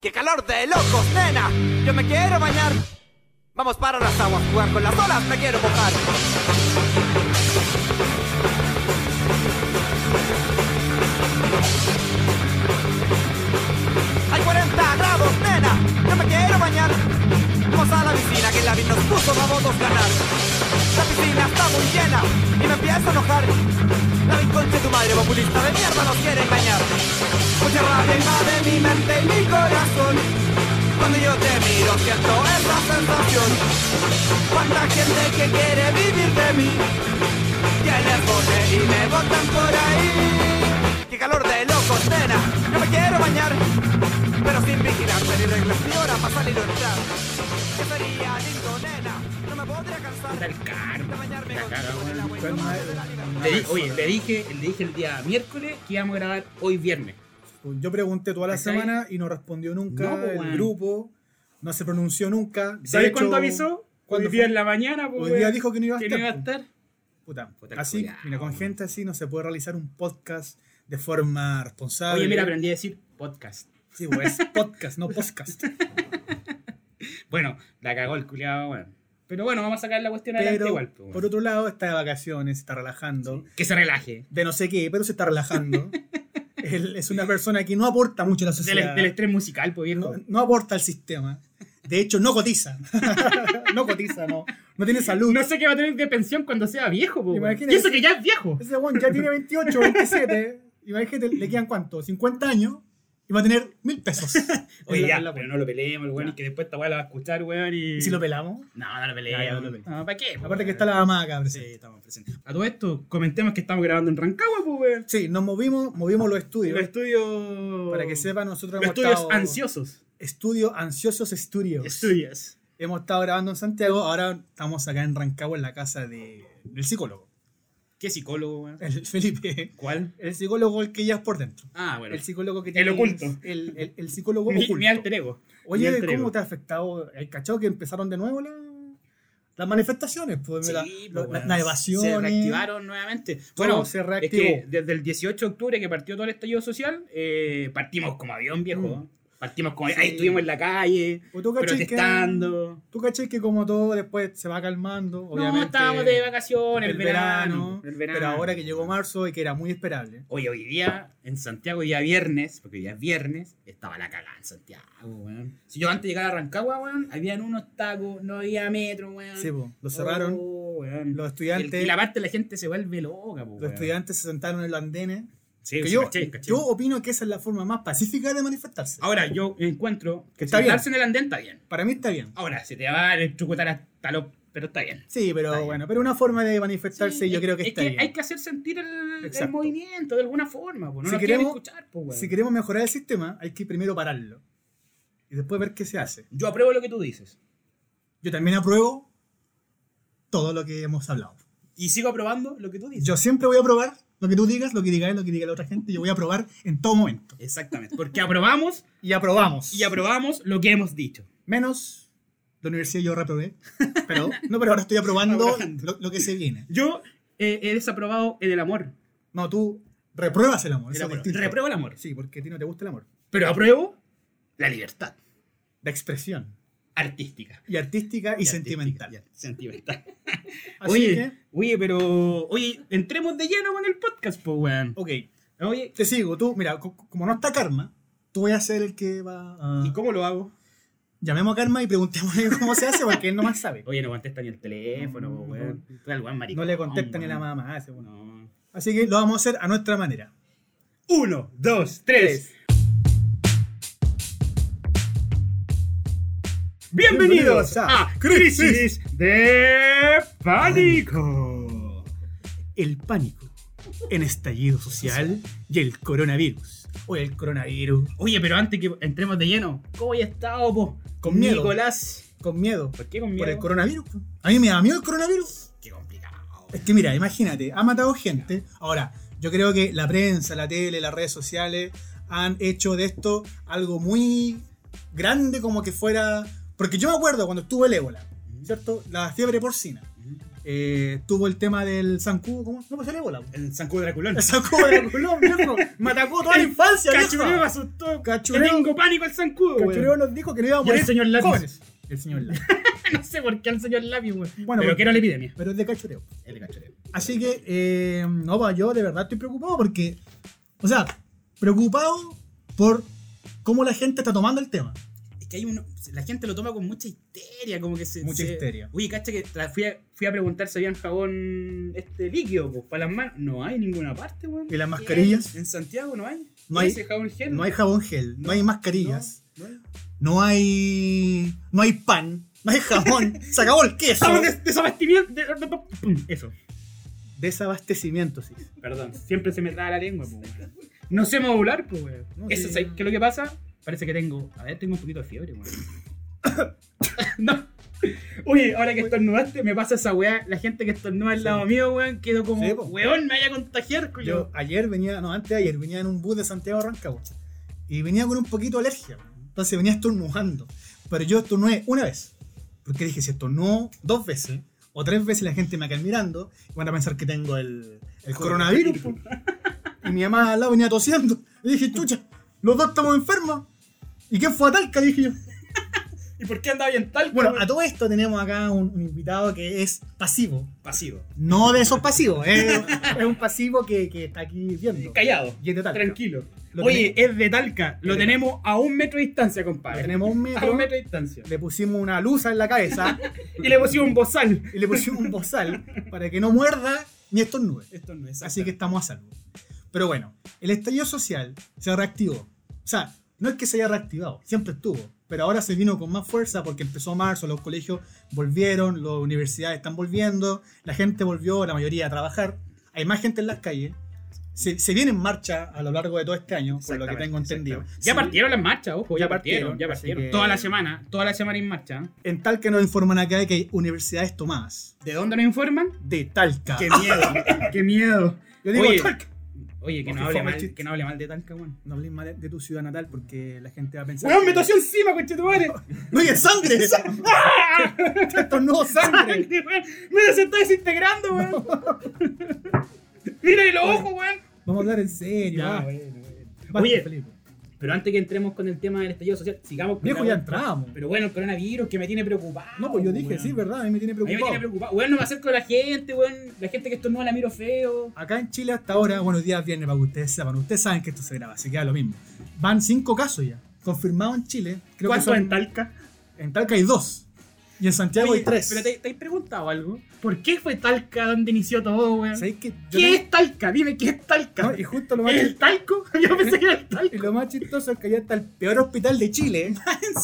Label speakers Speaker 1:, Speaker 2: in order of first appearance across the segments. Speaker 1: ¡Qué calor de locos, nena! Yo me quiero bañar. Vamos para las aguas, jugar con las olas, me quiero mojar. Hay 40 grados, nena, yo me quiero bañar. Vamos a la piscina que la vida nos puso, vamos a ganar. La piscina está muy llena y me empiezo a enojar. La bizcocha de tu madre populista de mierda nos quiere engañar. Mucha rabia invade mi mente y mi corazón. Cuando yo te miro siento esa sensación. Cuánta gente que quiere vivir de mí. Tienes bote y me botan por ahí. Qué calor de locos, nena. Yo me quiero bañar. Pero sin vigilarme ni reglas ni hora para salir o entrar. Que sería lindo, nena. No me podría cansar.
Speaker 2: Puta el karma,
Speaker 1: de bañarme
Speaker 2: la caga,
Speaker 1: contigo en el
Speaker 2: weón.
Speaker 1: agua y
Speaker 2: Fue
Speaker 1: tomar
Speaker 2: mal.
Speaker 1: de la libertad.
Speaker 2: Le di- oye, le dije, le dije el día miércoles que íbamos a grabar hoy viernes.
Speaker 3: Yo pregunté toda la
Speaker 2: ¿Cachai?
Speaker 3: semana y no respondió nunca
Speaker 2: No,
Speaker 3: el
Speaker 2: weón.
Speaker 3: grupo, no se pronunció nunca. De
Speaker 2: ¿Sabes
Speaker 3: hecho,
Speaker 2: cuándo avisó?
Speaker 3: ¿cuándo
Speaker 2: hoy día
Speaker 3: fue?
Speaker 2: en la mañana, pues,
Speaker 3: Hoy día
Speaker 2: weón,
Speaker 3: dijo pues. que no iba a
Speaker 2: que
Speaker 3: estar.
Speaker 2: no iba a
Speaker 3: po.
Speaker 2: estar.
Speaker 3: Puta.
Speaker 2: Puta el
Speaker 3: así,
Speaker 2: culiao,
Speaker 3: mira, con
Speaker 2: weón.
Speaker 3: gente así no se puede realizar un podcast de forma responsable.
Speaker 2: Oye, mira, aprendí a decir podcast.
Speaker 3: Sí, weón, es podcast, no podcast.
Speaker 2: Bueno, la cagó el culiado, bueno. Pero bueno, vamos a sacar la cuestión adelante
Speaker 3: Pero,
Speaker 2: igual. pues, weón.
Speaker 3: por otro lado, está de vacaciones, está relajando.
Speaker 2: Que se relaje.
Speaker 3: De no sé qué, pero se está relajando. Él es una persona que no aporta mucho a la
Speaker 2: Del,
Speaker 3: sociedad.
Speaker 2: del estrés musical, pues viejo.
Speaker 3: no, no aporta al sistema. De hecho, no cotiza. no cotiza, no. No tiene salud.
Speaker 2: No sé qué va a tener de pensión cuando sea viejo, pues. weón.
Speaker 3: Imagínate.
Speaker 2: Y eso que ya es viejo.
Speaker 3: Ese weón ya tiene 28, 27. Imagínate, le quedan cuánto? 50 años y va a tener mil pesos.
Speaker 2: Oye,
Speaker 3: En la-
Speaker 2: ya,
Speaker 3: en la
Speaker 2: pero
Speaker 3: cuenta.
Speaker 2: no lo peleemos, weón,
Speaker 3: Ya.
Speaker 2: y que después esta weá la va a escuchar, weón, y...
Speaker 3: ¿Y si lo pelamos?
Speaker 2: No, no lo
Speaker 3: Ya, ya,
Speaker 2: peleemos.
Speaker 3: no lo peleemos.
Speaker 2: No, ¿para qué? pues,
Speaker 3: Aparte que
Speaker 2: weón?
Speaker 3: está la mamá acá
Speaker 2: Sí,
Speaker 3: presente.
Speaker 2: estamos presentes. A todo esto, comentemos que estamos grabando en Rancagua, pues, weón.
Speaker 3: Sí, nos movimos, movimos los
Speaker 2: Los
Speaker 3: estudios.
Speaker 2: estudios...
Speaker 3: Para que sepan, nosotros
Speaker 2: Los
Speaker 3: hemos
Speaker 2: estudios
Speaker 3: estado...
Speaker 2: ansiosos.
Speaker 3: Estudio Ansiosos Studios.
Speaker 2: Estudios.
Speaker 3: Hemos estado grabando en Santiago, ahora estamos acá en Rancagua en la casa de, del psicólogo,
Speaker 2: ¿Qué psicólogo, weón?
Speaker 3: el Felipe.
Speaker 2: ¿Cuál?
Speaker 3: El psicólogo el que ya es por dentro.
Speaker 2: Ah, bueno.
Speaker 3: El psicólogo que
Speaker 2: El
Speaker 3: tiene-
Speaker 2: oculto.
Speaker 3: El, el- el psicólogo
Speaker 2: mi,
Speaker 3: oculto.
Speaker 2: mi alter ego. mi
Speaker 3: Oye,
Speaker 2: alter ego.
Speaker 3: ¿cómo te ha afectado? ¿El cachado que empezaron de nuevo la- las manifestaciones? Pues,
Speaker 2: Sí,
Speaker 3: la-
Speaker 2: pues,
Speaker 3: lo- la-
Speaker 2: weón.
Speaker 3: las
Speaker 2: Se
Speaker 3: evasiones.
Speaker 2: reactivaron nuevamente.
Speaker 3: Todo
Speaker 2: Bueno,
Speaker 3: se
Speaker 2: es
Speaker 3: reactivó.
Speaker 2: que desde el 18 de octubre que partió todo el estallido social, eh, partimos como avión viejo. Partimos como ahí estuvimos en la calle,
Speaker 3: Pues tú Mm. cachai que-
Speaker 2: protestando.
Speaker 3: Tú cachai que como todo después se va calmando, obviamente.
Speaker 2: No, estábamos de vacaciones, el, verano, el verano.
Speaker 3: Pero ahora que llegó marzo y que era muy esperable.
Speaker 2: Oye, hoy día en Santiago, ya viernes, porque hoy día es viernes, estaba la cagada en Santiago, weón. Si yo antes de llegar a Rancagua, weón, habían unos tacos, no había metro, weón.
Speaker 3: Sí, po, lo cerraron.
Speaker 2: Oh, weón.
Speaker 3: Los estudiantes-
Speaker 2: El- y la parte de la gente se vuelve loca, po,
Speaker 3: Los
Speaker 2: weón.
Speaker 3: estudiantes se sentaron en los andenes.
Speaker 2: Sí,
Speaker 3: Que
Speaker 2: sí,
Speaker 3: yo,
Speaker 2: caché, caché.
Speaker 3: yo opino que esa es la forma más pacífica de manifestarse.
Speaker 2: Ahora, yo encuentro que
Speaker 3: Está bien.
Speaker 2: sentarse en el andén está bien.
Speaker 3: Para mí está bien.
Speaker 2: Ahora, se te va a electrocutar hasta los... Pero está bien.
Speaker 3: Sí, pero
Speaker 2: Está bien.
Speaker 3: bueno, pero una forma de manifestarse
Speaker 2: Sí,
Speaker 3: yo
Speaker 2: es-
Speaker 3: creo que
Speaker 2: es
Speaker 3: está bien.
Speaker 2: hay que hacer sentir el, el
Speaker 3: Exacto.
Speaker 2: movimiento de alguna forma, po. No
Speaker 3: Si
Speaker 2: lo quieren
Speaker 3: queremos-
Speaker 2: escuchar, po, weón.
Speaker 3: Si queremos mejorar el sistema, hay que primero pararlo. Y después ver qué se hace.
Speaker 2: Yo apruebo lo que tú dices.
Speaker 3: Yo también apruebo todo lo que hemos hablado.
Speaker 2: Y sigo aprobando lo que tú dices.
Speaker 3: Yo siempre voy a aprobar lo que tú digas, lo que digas, lo que diga la otra gente. Yo voy a aprobar en todo momento.
Speaker 2: Exactamente. Porque aprobamos
Speaker 3: Y aprobamos.
Speaker 2: y aprobamos lo que hemos dicho.
Speaker 3: Menos la universidad yo reprobé. Pero, no, pero ahora estoy aprobando
Speaker 2: Aprobando.
Speaker 3: lo, lo que se viene.
Speaker 2: Yo eh, he desaprobado en el amor.
Speaker 3: No, tú repruebas el amor.
Speaker 2: El
Speaker 3: eso es
Speaker 2: amor.
Speaker 3: distinto.
Speaker 2: Repruebo el amor.
Speaker 3: Sí, porque a ti no te gusta el amor.
Speaker 2: Pero apruebo la libertad
Speaker 3: La expresión.
Speaker 2: artística.
Speaker 3: Y artística y,
Speaker 2: Y
Speaker 3: sentimental.
Speaker 2: artística, y Sentimental.
Speaker 3: Así
Speaker 2: oye,
Speaker 3: que,
Speaker 2: oye, pero. Oye, entremos de lleno con el podcast, pues, weón.
Speaker 3: ok,
Speaker 2: Oye,
Speaker 3: te sigo. Tú, mira, co- como no está Karma, tú voy a ser el que va a...
Speaker 2: ¿y cómo lo hago?
Speaker 3: Llamemos a Karma y preguntémosle cómo se hace porque él no más sabe.
Speaker 2: Oye, no contesta ni el teléfono,
Speaker 3: No,
Speaker 2: po, weón. Tú eres el weón maricón,
Speaker 3: No le contesta ni
Speaker 2: weón.
Speaker 3: la mamá. hace, bueno.
Speaker 2: No.
Speaker 3: Así que lo vamos a hacer a nuestra manera.
Speaker 2: Uno, dos, tres. Bienvenidos a Crisis de Pánico.
Speaker 3: El pánico en estallido social y el coronavirus. O el coronavirus.
Speaker 2: Oye, pero antes que entremos de lleno, ¿cómo he estado, po?
Speaker 3: Con miedo.
Speaker 2: Nicolás.
Speaker 3: Con miedo.
Speaker 2: ¿Por qué con miedo?
Speaker 3: Por el coronavirus. A mí me da miedo el coronavirus.
Speaker 2: Qué complicado.
Speaker 3: Es que mira, imagínate, ha matado gente. Ahora, yo creo que la prensa, la tele, las redes sociales han hecho de esto algo muy
Speaker 2: Mm,
Speaker 3: grande como que fuera... Porque yo me acuerdo cuando estuvo el ébola, ¿cierto? La fiebre porcina. Eh, tuvo el tema del Sancubo, ¿cómo? No, pues el ébola. po.
Speaker 2: El San Cubo Draculón.
Speaker 3: El Sancubo de culón, viejo. Me atacó toda la infancia,
Speaker 2: Cachureo
Speaker 3: viejo.
Speaker 2: me asustó.
Speaker 3: Cachureo.
Speaker 2: Tengo pánico al San Cubo, weón.
Speaker 3: Cachureo nos dijo que no íbamos
Speaker 2: Y
Speaker 3: a
Speaker 2: el señor Lápiz.
Speaker 3: jóvenes. El señor Lápiz.
Speaker 2: no sé por qué al señor Lápiz, weón.
Speaker 3: Bueno,
Speaker 2: pero
Speaker 3: porque-
Speaker 2: que era la epidemia.
Speaker 3: Pero es de cachureo.
Speaker 2: El cachureo.
Speaker 3: Así que, eh, no, pa, yo de verdad estoy preocupado porque, o sea, preocupado por cómo la gente está tomando el tema.
Speaker 2: Es que hay uno. La gente lo toma con mucha histeria, como que se.
Speaker 3: Mucha
Speaker 2: se-
Speaker 3: histeria.
Speaker 2: Oye, cacha que tra- fui a, fui a preguntar si habían jabón este líquido, pues, para las manos. No hay en ninguna parte, weón.
Speaker 3: ¿Y las mascarillas?
Speaker 2: En Santiago no hay.
Speaker 3: No hay-
Speaker 2: Ese jabón gel.
Speaker 3: No hay jabón gel, no, hay mascarillas,
Speaker 2: No, no hay.
Speaker 3: no. hay no hay pan, no hay jamón, se acabó el queso.
Speaker 2: Jabón de desabastecimiento. de- de- de- pum, Eso.
Speaker 3: Desabastecimiento, sí.
Speaker 2: Perdón, siempre se me traba la lengua, pues, weón. No sé modular, pues, weón.
Speaker 3: No,
Speaker 2: Eso,
Speaker 3: sí.
Speaker 2: ¿sabes ¿Qué es lo que pasa? Parece que tengo. A ver, tengo un poquito de fiebre, weón. no. Oye, ahora que estornudaste, me pasa esa weá. La gente que estornuda al
Speaker 3: Sí.
Speaker 2: lado mío, weón, quedo como,
Speaker 3: Sí, po.
Speaker 2: weón, me vaya a contagiar,
Speaker 3: Yo
Speaker 2: cuyo.
Speaker 3: ayer venía, no, antes de ayer venía en un bus de Santiago a Rancagua y venía con un poquito de alergia. Entonces venía estornudando. Pero yo estornudé una vez. Porque dije, si estornudo dos veces o tres veces la gente me acá mirando, van a pensar que tengo el, el coronavirus. po. Y mi mamá al lado venía tosiendo. Y dije, chucha, los dos estamos enfermos. ¿Y quién fue a Talca? Dije yo.
Speaker 2: ¿Y por qué andaba bien tal?
Speaker 3: Bueno, a todo esto tenemos acá un, un invitado que es pasivo.
Speaker 2: pasivo.
Speaker 3: No de esos pasivos, es, es un pasivo que, que está aquí viendo.
Speaker 2: Callado.
Speaker 3: Y es de Talca.
Speaker 2: Tranquilo.
Speaker 3: Lo
Speaker 2: Oye, es de Talca. Lo
Speaker 3: de
Speaker 2: tenemos a un metro de distancia,
Speaker 3: Lo
Speaker 2: compadre.
Speaker 3: tenemos un
Speaker 2: a
Speaker 3: metro,
Speaker 2: un metro de distancia.
Speaker 3: le pusimos una luza en la cabeza
Speaker 2: Y le pusimos un bozal.
Speaker 3: y le pusimos un bozal para que no muerda ni estornude.
Speaker 2: Esto no es
Speaker 3: Así que estamos a salvo. Pero bueno, el estallido social se reactivó. O sea, no es que se haya reactivado, siempre estuvo. Pero ahora se vino con más fuerza porque empezó marzo, los colegios volvieron, las universidades están volviendo, la gente volvió, la mayoría a trabajar. Hay más gente en las calles. Se, se viene en marcha a lo largo de todo este año, por lo que
Speaker 2: Exactamente,
Speaker 3: tengo entendido.
Speaker 2: Ya
Speaker 3: Sí.
Speaker 2: partieron las marchas, ojo, ya,
Speaker 3: Ya partieron,
Speaker 2: partieron, ya
Speaker 3: así
Speaker 2: partieron.
Speaker 3: que-
Speaker 2: Toda la semana, toda la semana en marcha. ¿eh?
Speaker 3: En tal que nos informan acá de que hay universidades tomadas.
Speaker 2: ¿De dónde nos informan?
Speaker 3: De Talca. Ah,
Speaker 2: ¡Qué miedo! ¡Qué miedo!
Speaker 3: Yo digo
Speaker 2: Oye.
Speaker 3: Talca.
Speaker 2: Oye, que
Speaker 3: Porque
Speaker 2: no,
Speaker 3: fue
Speaker 2: hable
Speaker 3: mal
Speaker 2: mal,
Speaker 3: chiste.
Speaker 2: que no hable mal de Talca, weón.
Speaker 3: No hables mal de tu ciudad natal porque la gente va a pensar.
Speaker 2: ¡Weón, me
Speaker 3: que-
Speaker 2: tosió encima, conchetumare!
Speaker 3: ¡Oye, sangre! ¡Estos nuevos sangre!
Speaker 2: ¡Sangre, weón! ¡Me se está desintegrando, weón! ¡Mírale los ojos, weón!
Speaker 3: Vamos a hablar en serio.
Speaker 2: Ya,
Speaker 3: va.
Speaker 2: bueno, bueno.
Speaker 3: Basta,
Speaker 2: Oye.
Speaker 3: Felipe.
Speaker 2: Pero antes que entremos con el tema del estallido social, sigamos con
Speaker 3: Viejo,
Speaker 2: la-
Speaker 3: ya entramos.
Speaker 2: Pero bueno, el coronavirus que me tiene preocupado.
Speaker 3: No, pues yo dije,
Speaker 2: weón.
Speaker 3: sí, verdad, a mí me tiene
Speaker 2: A mí me
Speaker 3: preocupado.
Speaker 2: tiene preocupado. Weón, no me acerco a la gente, weón. La gente que estornuda la miro feo.
Speaker 3: Acá en Chile hasta ahora, buenos días, viernes, para que ustedes sepan. Ustedes saben que esto se graba, así que da lo mismo. Van cinco casos ya, confirmados en Chile. Creo que
Speaker 2: ¿Cuánto
Speaker 3: son-
Speaker 2: en Talca?
Speaker 3: en Talca hay dos. Y en Santiago
Speaker 2: Oye,
Speaker 3: hay tres.
Speaker 2: Pero te, te has preguntado algo. ¿Por qué fue Talca donde inició todo, weón?
Speaker 3: ¿Sabéis que yo
Speaker 2: ¿Qué es Talca? Dime, ¿qué es Talca?
Speaker 3: no- no, y justo lo más
Speaker 2: ¿Es el talco? Yo pensé que era el
Speaker 3: Y
Speaker 2: talco.
Speaker 3: lo más chistoso es que allá está el peor hospital de Chile.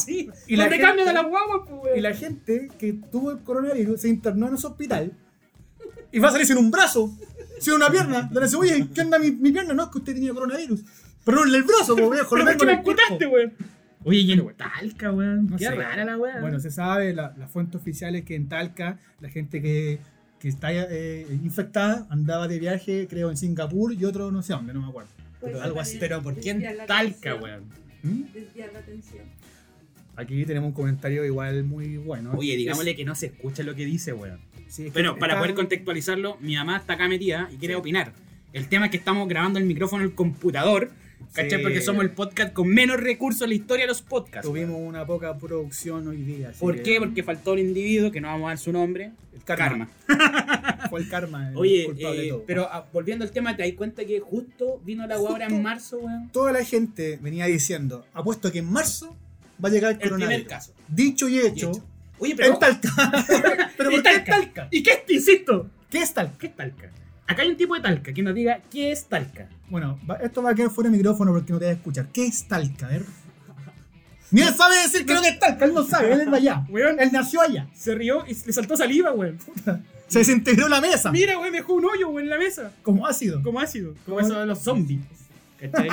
Speaker 2: sí.
Speaker 3: Y
Speaker 2: Y
Speaker 3: la
Speaker 2: la te
Speaker 3: gente-
Speaker 2: cambian a las guaguas, pues, weón.
Speaker 3: Y la gente que tuvo el coronavirus se internó en ese hospital. Y va a salir sin un brazo, sin una pierna. Le dice, oye, ¿qué onda mi, mi pierna? No, es que usted tenía coronavirus. Pero no el brazo, po, viejo,
Speaker 2: Pero ¿por
Speaker 3: lo tengo
Speaker 2: qué
Speaker 3: en
Speaker 2: me
Speaker 3: el cuerpo.
Speaker 2: amputaste, weón? Oye, y
Speaker 3: Pero
Speaker 2: en
Speaker 3: bueno.
Speaker 2: Talca, weón.
Speaker 3: No
Speaker 2: Qué
Speaker 3: sé.
Speaker 2: rara la weón.
Speaker 3: Bueno, se sabe, la, la fuente oficial es que en Talca, la gente que, que está eh, infectada andaba de viaje, creo, en Singapur y otro no sé dónde, no me acuerdo.
Speaker 4: Pues,
Speaker 2: algo así.
Speaker 4: también
Speaker 2: Pero ¿por qué
Speaker 4: desviar
Speaker 2: en
Speaker 4: la
Speaker 2: Talca,
Speaker 4: atención,
Speaker 2: weón?
Speaker 3: ¿Mm?
Speaker 4: Desviar la atención.
Speaker 3: Aquí tenemos un comentario igual muy bueno.
Speaker 2: Oye, digámosle que no se escucha lo que dice, weón.
Speaker 3: Sí, es que
Speaker 2: Bueno, para
Speaker 3: está-
Speaker 2: poder contextualizarlo, mi mamá está acá metida y quiere opinar. El tema es que estamos grabando el micrófono el computador, ¿cachai?
Speaker 3: Sí.
Speaker 2: Porque somos el podcast con menos recursos en la historia de los podcasts.
Speaker 3: Tuvimos una poca producción hoy día. así
Speaker 2: ¿Por
Speaker 3: que-
Speaker 2: qué? Porque faltó un individuo que no vamos a dar su nombre.
Speaker 3: El
Speaker 2: Karma.
Speaker 3: Fue el karma. el
Speaker 2: Oye,
Speaker 3: culpable de
Speaker 2: eh,
Speaker 3: todo.
Speaker 2: pero ah, volviendo al tema, ¿te das cuenta que justo vino la guabra en marzo, weón?
Speaker 3: toda la gente venía diciendo, apuesto que en marzo va a llegar el,
Speaker 2: El primer
Speaker 3: coronavirus.
Speaker 2: caso.
Speaker 3: Dicho y hecho,
Speaker 2: Y hecho. Oye, pero.
Speaker 3: en Talca.
Speaker 2: ¿Y
Speaker 3: pero ¿por qué en
Speaker 2: Talca?
Speaker 3: Talca?
Speaker 2: ¿Y qué es, insisto?
Speaker 3: ¿Qué es Talca?
Speaker 2: ¿Qué es Talca? Acá hay un tipo de Talca que nos diga qué es Talca.
Speaker 3: Bueno, va- esto va a quedar fuera de micrófono porque no te va a escuchar. ¿Qué es Talca? A ver. Ni él sabe decir que no es Talca, él no sabe, él es de allá.
Speaker 2: Weón,
Speaker 3: Él nació allá.
Speaker 2: se rió y le saltó saliva, weón.
Speaker 3: Se desintegró la mesa
Speaker 2: Mira, weón, dejó un hoyo, weón, en la mesa.
Speaker 3: como ácido.
Speaker 2: Como ácido. Como
Speaker 3: Como-
Speaker 2: eso de los zombies. ¿Cachai?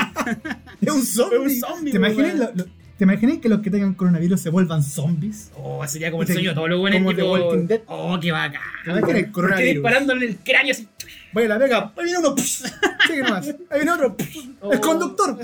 Speaker 3: Es un zombie.
Speaker 2: Es un zombie,
Speaker 3: ¿Te, imaginas
Speaker 2: weón.
Speaker 3: lo- lo- ¿Te imaginas que los que tengan coronavirus se vuelvan zombies?
Speaker 2: Oh, sería como el
Speaker 3: Sí,
Speaker 2: sueño de todos los buenos
Speaker 3: como de Walking Dead.
Speaker 2: Oh, qué bacán.
Speaker 3: ¿Te imaginas el
Speaker 2: Porque
Speaker 3: coronavirus?
Speaker 2: disparándole en el cráneo así.
Speaker 3: Vaya la pega, ahí viene uno. Sigue nomás. Ahí viene otro. El
Speaker 2: Oh.
Speaker 3: conductor.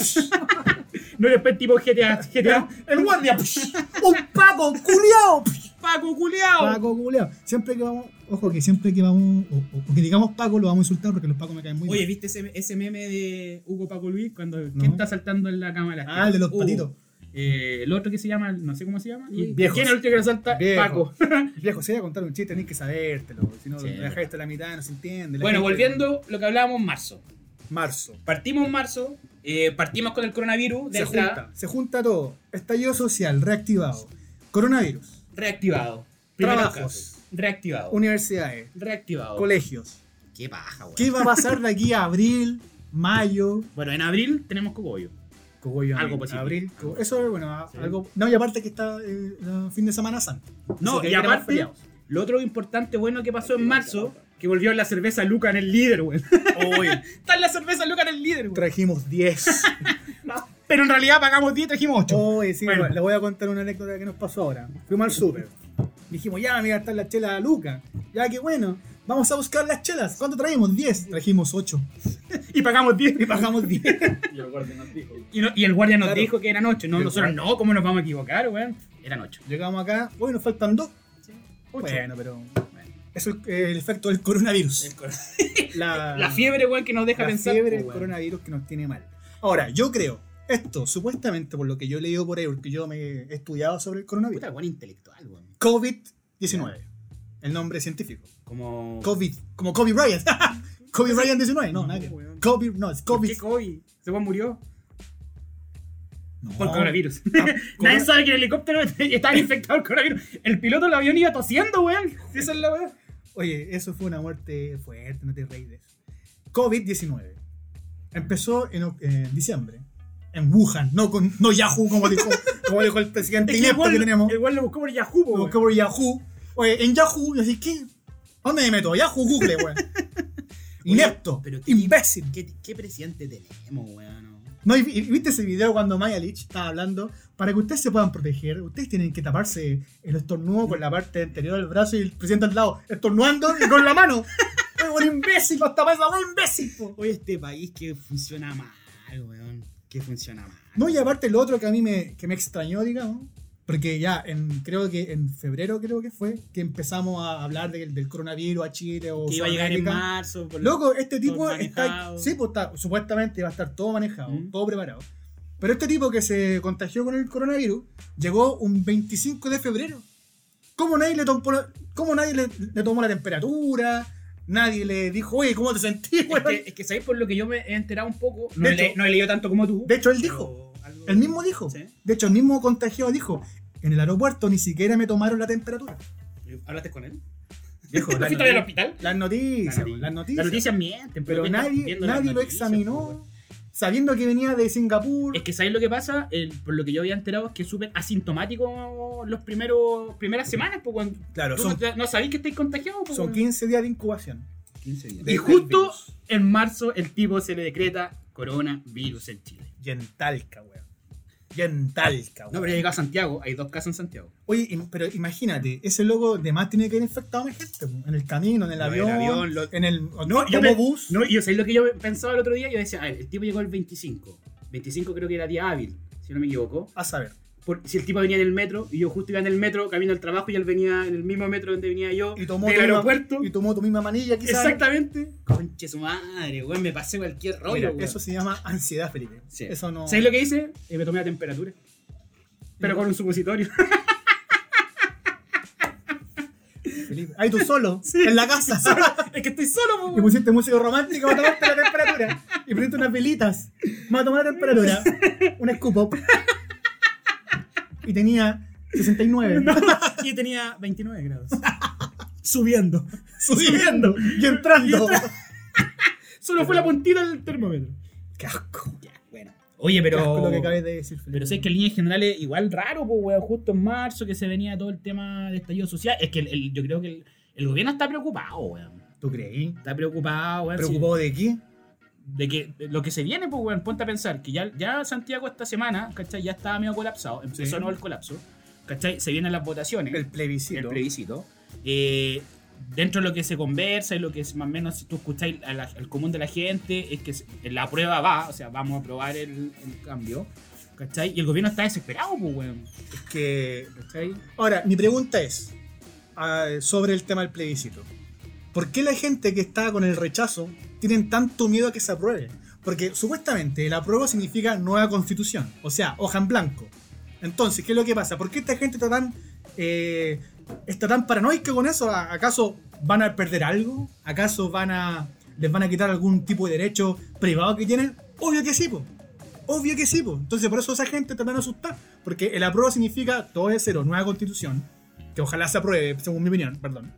Speaker 2: No después tipo GTA. GTA.
Speaker 3: El guardia. Un Paco culiao.
Speaker 2: Paco culeado.
Speaker 3: Paco culiao. Siempre que vamos, Ojo que siempre que vamos, o, o que digamos Paco, lo vamos a insultar porque los Pacos me caen muy
Speaker 2: Oye,
Speaker 3: bien.
Speaker 2: ¿viste ese, ese meme de Hugo Paco Luis cuando ¿quién está saltando en la cama de la
Speaker 3: Ah, el de los
Speaker 2: Hugo.
Speaker 3: patitos.
Speaker 2: Eh, el otro que se llama, no sé cómo se llama.
Speaker 3: Luis.
Speaker 2: ¿Y ¿Quién es el último que lo salta?
Speaker 3: Viejo.
Speaker 2: Paco.
Speaker 3: Viejo, si voy a contar un chiste, tenés que sabértelo. Si no,
Speaker 2: Sí,
Speaker 3: lo dejáis hasta la mitad, no se entiende. La
Speaker 2: Bueno,
Speaker 3: gente-
Speaker 2: volviendo a lo que hablábamos en marzo.
Speaker 3: Marzo.
Speaker 2: Partimos en marzo, eh, partimos con el coronavirus de
Speaker 3: Se
Speaker 2: entrada,
Speaker 3: junta, se junta todo. Estallido social, reactivado. Coronavirus,
Speaker 2: reactivado. Primeros
Speaker 3: trabajos,
Speaker 2: casos, Reactivado.
Speaker 3: universidades,
Speaker 2: Reactivado.
Speaker 3: colegios.
Speaker 2: Qué paja, weón.
Speaker 3: ¿Qué va a pasar de aquí a abril, mayo?
Speaker 2: Bueno, en abril tenemos cogollo.
Speaker 3: Cogollo,
Speaker 2: Algo
Speaker 3: abril,
Speaker 2: positivo.
Speaker 3: Abril, co-
Speaker 2: Algo
Speaker 3: eso, bueno, a-
Speaker 2: Sí.
Speaker 3: algo. No, y aparte que está eh, el fin de semana santo. Así
Speaker 2: No,
Speaker 3: que ahí
Speaker 2: y
Speaker 3: tenemos
Speaker 2: aparte,
Speaker 3: feriados.
Speaker 2: lo otro importante bueno que pasó en marzo, que volvió la cerveza Luca en el líder, weón. Está en la cerveza Luca en el líder, weón.
Speaker 3: Trajimos 10.
Speaker 2: Pero en realidad pagamos 10 trajimos 8.
Speaker 3: Oye, sí,
Speaker 2: Bueno.
Speaker 3: le voy a contar una anécdota que nos pasó ahora. Fuimos al súper. Dijimos, ya, mira, están las chelas a Luca. Ya, que bueno. Vamos a buscar las chelas. ¿Cuánto trajimos? 10. Trajimos 8.
Speaker 2: Y pagamos 10.
Speaker 3: Y pagamos 10.
Speaker 4: Y el guardia nos dijo.
Speaker 2: Y, no- y el guardia nos
Speaker 3: Claro.
Speaker 2: dijo que eran 8. No,
Speaker 3: El
Speaker 2: nosotros
Speaker 3: guardia.
Speaker 2: no, ¿cómo nos vamos a equivocar, weón? Eran 8.
Speaker 3: Llegamos acá. Hoy nos faltan 2. Bueno, pero. Eso es eh, el efecto del coronavirus. La,
Speaker 2: La fiebre, weón, que nos deja
Speaker 3: Ah. la
Speaker 2: pensar.
Speaker 3: fiebre
Speaker 2: oh,
Speaker 3: del
Speaker 2: weón.
Speaker 3: coronavirus que nos tiene mal. Ahora, yo creo, esto, supuestamente, por lo que yo he leído por ahí, porque yo me he estudiado sobre el coronavirus.
Speaker 2: Puta, weón, intelectual, weón.
Speaker 3: COVID-19. El nombre científico.
Speaker 2: Como.
Speaker 3: COVID, como Kobe Bryant. Kobe Bryant 19, no,
Speaker 2: No,
Speaker 3: nadie.
Speaker 2: weón.
Speaker 3: Kobe, no, es
Speaker 2: ¿Por
Speaker 3: COVID.
Speaker 2: qué COVID? ¿Se weón murió?
Speaker 3: No.
Speaker 2: Por coronavirus. Nadie
Speaker 3: corona-
Speaker 2: sabe que el helicóptero estaba infectado por coronavirus. El piloto del avión iba tosiendo, weón. Si Esa es la weón.
Speaker 3: Oye, eso fue una muerte fuerte, no te reís de eso. COVID-19. Empezó en, oc- en diciembre. En Wuhan, no con no Yahoo, como dijo, como dijo el presidente
Speaker 2: Es que
Speaker 3: inepto que tenemos.
Speaker 2: el weón lo buscó por Yahoo, po,
Speaker 3: Lo
Speaker 2: weón.
Speaker 3: busqué por Yahoo. Oye, en Yahoo, yo decía, ¿qué? ¿A ¿Dónde me meto? Yahoo, Google, weón. Inepto,
Speaker 2: pero qué-
Speaker 3: imbécil.
Speaker 2: ¿Qué, qué presidente tenemos, weón?
Speaker 3: No, y- y- ¿Viste ese video cuando Maya Lich estaba hablando? Para que ustedes se puedan proteger, ustedes tienen que taparse el estornudo con la parte anterior del brazo y el presidente al lado estornudando y con la mano. ¡Es un imbécil! ¡Nos tapáis la un imbécil! po!
Speaker 2: Hoy este país que funciona mal, weón. Que funciona mal.
Speaker 3: No, y aparte lo otro que a mí me, que me extrañó, digamos, porque ya en, creo que en febrero creo que fue que empezamos a hablar del- del coronavirus a Chile o
Speaker 2: que iba a llegar en
Speaker 3: Sudamérica.
Speaker 2: marzo. por-
Speaker 3: Loco, este tipo
Speaker 2: todo
Speaker 3: está,
Speaker 2: manejado.
Speaker 3: sí, pues, está- supuestamente va a estar todo manejado,
Speaker 2: Mm.
Speaker 3: todo preparado. Pero este tipo que se contagió con el coronavirus llegó un 25 de febrero. ¿Cómo nadie le tomó, la- cómo nadie le, le tomó la temperatura? Nadie le dijo, oye, ¿cómo te sentís?
Speaker 2: Es
Speaker 3: weón?"
Speaker 2: que, es que sabéis por lo que yo me he enterado un poco. No,
Speaker 3: De
Speaker 2: he, le-
Speaker 3: hecho-
Speaker 2: no he leído tanto como tú.
Speaker 3: De hecho, él
Speaker 2: pero
Speaker 3: dijo,
Speaker 2: algo-
Speaker 3: el mismo dijo.
Speaker 2: Sí.
Speaker 3: De hecho, el mismo contagiado dijo, en el aeropuerto ni siquiera me tomaron la temperatura.
Speaker 2: ¿Hablaste con él?
Speaker 3: Dijo,
Speaker 2: ¿No
Speaker 3: las
Speaker 2: fuiste al
Speaker 3: noticias,
Speaker 2: hospital?
Speaker 3: las noticias, las noticias.
Speaker 2: Las noticias mienten.
Speaker 3: Pero
Speaker 2: tú estás
Speaker 3: nadie,
Speaker 2: viendo las
Speaker 3: nadie lo
Speaker 2: noticias, po, weón.
Speaker 3: examinó, sabiendo que venía de Singapur.
Speaker 2: Es que sabéis lo que pasa, El- por lo que yo había enterado es que es súper asintomático los primeros primeras semanas, pues cuando
Speaker 3: Claro,
Speaker 2: tú
Speaker 3: son-
Speaker 2: no, te- no sabéis que estáis contagiados, po,
Speaker 3: Son
Speaker 2: weón.
Speaker 3: 15 días de incubación.
Speaker 2: 15 días.
Speaker 3: de-
Speaker 2: Y
Speaker 3: del
Speaker 2: justo
Speaker 3: virus.
Speaker 2: en marzo el tipo se le decreta coronavirus en Chile.
Speaker 3: Y en Talca, weón. Y en Talca,
Speaker 2: No,
Speaker 3: weón.
Speaker 2: pero llegado a Santiago, hay dos casos en Santiago.
Speaker 3: Oye, im- pero imagínate, ese loco de más tiene que haber infectado a más gente, weón. En el camino, en el
Speaker 2: Lo
Speaker 3: avión,
Speaker 2: del avión, lo-
Speaker 3: en el
Speaker 2: No, yo
Speaker 3: como
Speaker 2: me-
Speaker 3: bus.
Speaker 2: No, y yo sé lo que yo pensaba el otro día, yo decía, a ver, el tipo llegó el 25. 25 creo que era día hábil, si no me equivoco.
Speaker 3: A saber.
Speaker 2: Por- si el tipo venía en el metro, y yo justo iba en el metro, camino al trabajo, y él venía en el mismo metro donde venía yo,
Speaker 3: Y tomó,
Speaker 2: del
Speaker 3: tu misma-
Speaker 2: aeropuerto.
Speaker 3: y tomó tu misma manilla, quizás.
Speaker 2: Exactamente. Conche su madre, weón, me pasé cualquier rollo,
Speaker 3: Mira,
Speaker 2: weón.
Speaker 3: eso se llama ansiedad, Felipe.
Speaker 2: Sí.
Speaker 3: Eso no.
Speaker 2: ¿Sabes lo que hice? Eh, me tomé la temperatura. Pero con un supositorio.
Speaker 3: Felipe. Ahí tú solo, en la casa.
Speaker 2: es que estoy solo, po,
Speaker 3: y
Speaker 2: weón.
Speaker 3: pusiste música romántica para tomarte la temperatura. Y pusiste unas velitas. Me va a tomar la temperatura. Un escupo. Y tenía 69.
Speaker 2: No, yo tenía 29 grados.
Speaker 3: Subiendo. Subiendo. Y entrando.
Speaker 2: Solo fue la puntita del termómetro.
Speaker 3: Qué asco.
Speaker 2: Ya, bueno. Oye,
Speaker 3: Qué asco
Speaker 2: pero.
Speaker 3: lo que acabas de decir, Felipe.
Speaker 2: Pero sé que en líneas generales, igual raro, pues, weón, justo en marzo que se venía todo el tema de estallido social. Es que el- el- yo creo que el, el gobierno está preocupado, weón.
Speaker 3: ¿Tú creí?
Speaker 2: Está preocupado, weón. Ah, sí.
Speaker 3: ¿Preocupado de qué?
Speaker 2: de que lo que se viene, pues, weón, ponte a pensar que ya, ya Santiago esta semana, ¿cachai? Ya estaba medio colapsado, empezó
Speaker 3: Sí.
Speaker 2: no el colapso, ¿cachai? Se vienen las votaciones,
Speaker 3: El
Speaker 2: el,
Speaker 3: plebiscito.
Speaker 2: plebiscito. Eh, dentro de lo que se conversa y lo que es más o menos, si tú escucháis a la- al común de la gente, es que se- la prueba va, o sea, vamos a aprobar el, el cambio, ¿cachai? Y el gobierno está desesperado, pues, weón,
Speaker 3: Es que.
Speaker 2: ¿cachai?
Speaker 3: Ahora, mi pregunta es ah, sobre el tema del plebiscito. ¿Por qué la gente que está con el rechazo tienen tanto miedo a que se apruebe? Porque supuestamente el apruebo significa nueva constitución, o sea, hoja en blanco. Entonces, ¿qué es lo que pasa? ¿Por qué esta gente está tan, eh, está tan paranoica con eso? ¿A- ¿Acaso van a perder algo? ¿Acaso van a, les van a quitar algún tipo de derecho privado que tienen? Obvio que sí, po. Obvio que sí, po. Entonces, por eso esa gente está tan asustada. Porque el apruebo significa todo es cero, nueva constitución. Que ojalá se apruebe, según mi opinión, perdón.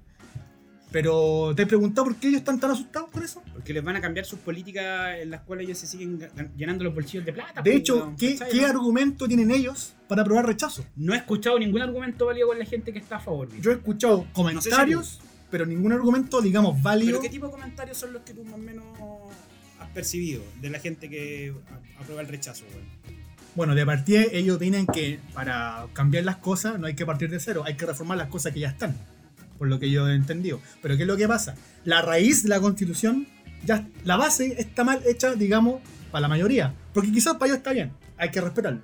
Speaker 3: Pero te he preguntado por qué ellos están tan asustados por eso.
Speaker 2: Porque les van a cambiar sus políticas en las cuales ellos se siguen gan- llenando los bolsillos de plata.
Speaker 3: De
Speaker 2: pues,
Speaker 3: hecho,
Speaker 2: weón,
Speaker 3: ¿qué,
Speaker 2: ¿cachai,
Speaker 3: qué
Speaker 2: no?
Speaker 3: argumento tienen ellos para aprobar rechazo?
Speaker 2: No he escuchado ningún argumento válido con la gente que está a favor. weón.
Speaker 3: Yo he escuchado comentarios, pero ningún argumento, digamos, válido.
Speaker 4: ¿Pero qué tipo de comentarios son los que tú más o menos has percibido de la gente que a- aprueba el rechazo, güey?
Speaker 3: Bueno, de partida ellos opinan que para cambiar las cosas no hay que partir de cero, hay que reformar las cosas que ya están, por lo que yo he entendido. Pero ¿qué es lo que pasa? La raíz de la constitución, ya la base está mal hecha, digamos, para la mayoría. Porque quizás para ellos está bien, hay que respetarlo.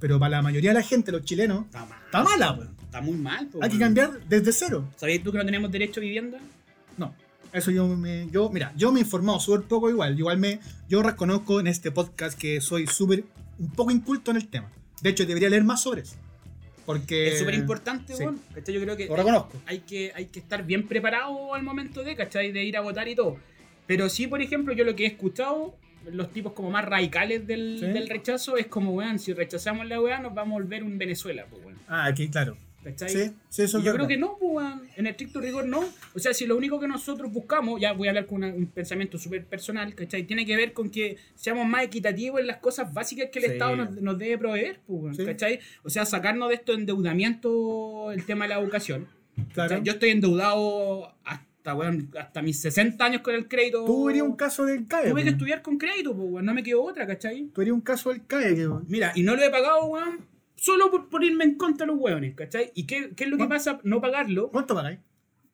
Speaker 3: Pero para la mayoría de la gente, los chilenos,
Speaker 4: Está mal.
Speaker 3: está mala, weón.
Speaker 4: Está muy mal, pues,
Speaker 3: hay que
Speaker 4: güey.
Speaker 3: cambiar desde cero.
Speaker 2: ¿Sabías tú que no tenemos derecho a vivienda?
Speaker 3: No. Eso yo me. Yo, mira, yo me he informado súper poco igual. Igual me. Yo reconozco en este podcast que soy súper. un poco inculto en el tema. De hecho, debería leer más sobre eso. Porque.
Speaker 2: es súper importante,
Speaker 3: Eh, sí.
Speaker 2: weón. ¿Cachai? Yo creo que
Speaker 3: Lo reconozco.
Speaker 2: hay que, hay que estar bien preparado al momento de, ¿cachai? De ir a votar y todo. Pero sí, por ejemplo, yo lo que he escuchado, los tipos como más radicales del,
Speaker 3: Sí.
Speaker 2: del rechazo, es como, weón, si rechazamos la weá, nos va a volver un Venezuela, pues, weón.
Speaker 3: Ah, aquí, claro.
Speaker 2: ¿Cachai?
Speaker 3: Sí, sí, eso
Speaker 2: Y
Speaker 3: es
Speaker 2: yo
Speaker 3: verdad.
Speaker 2: creo que no, pues, weón. en estricto rigor no. O sea, si lo único que nosotros buscamos, ya voy a hablar con una- un pensamiento súper personal, ¿cachai? Tiene que ver con que seamos más equitativos en las cosas básicas que el
Speaker 3: Sí.
Speaker 2: Estado nos, nos debe proveer, pues, weón,
Speaker 3: Sí.
Speaker 2: ¿cachai? O sea, sacarnos de estos endeudamientos el tema de la educación. O
Speaker 3: Claro.
Speaker 2: sea, yo estoy endeudado hasta, weón, hasta mis 60 años con el crédito.
Speaker 3: Tú eres un caso del CAE.
Speaker 2: Tuve que
Speaker 3: weón.
Speaker 2: estudiar con crédito, pues, weón, no me quedó otra, ¿cachai?
Speaker 3: Tú eres un caso del CAE. que-
Speaker 2: Mira, y no lo he pagado, weón, solo por ponerme en contra de los weones, ¿cachai? ¿Y qué, qué es lo que
Speaker 3: Bueno.
Speaker 2: pasa no pagarlo?
Speaker 3: ¿Cuánto pagáis?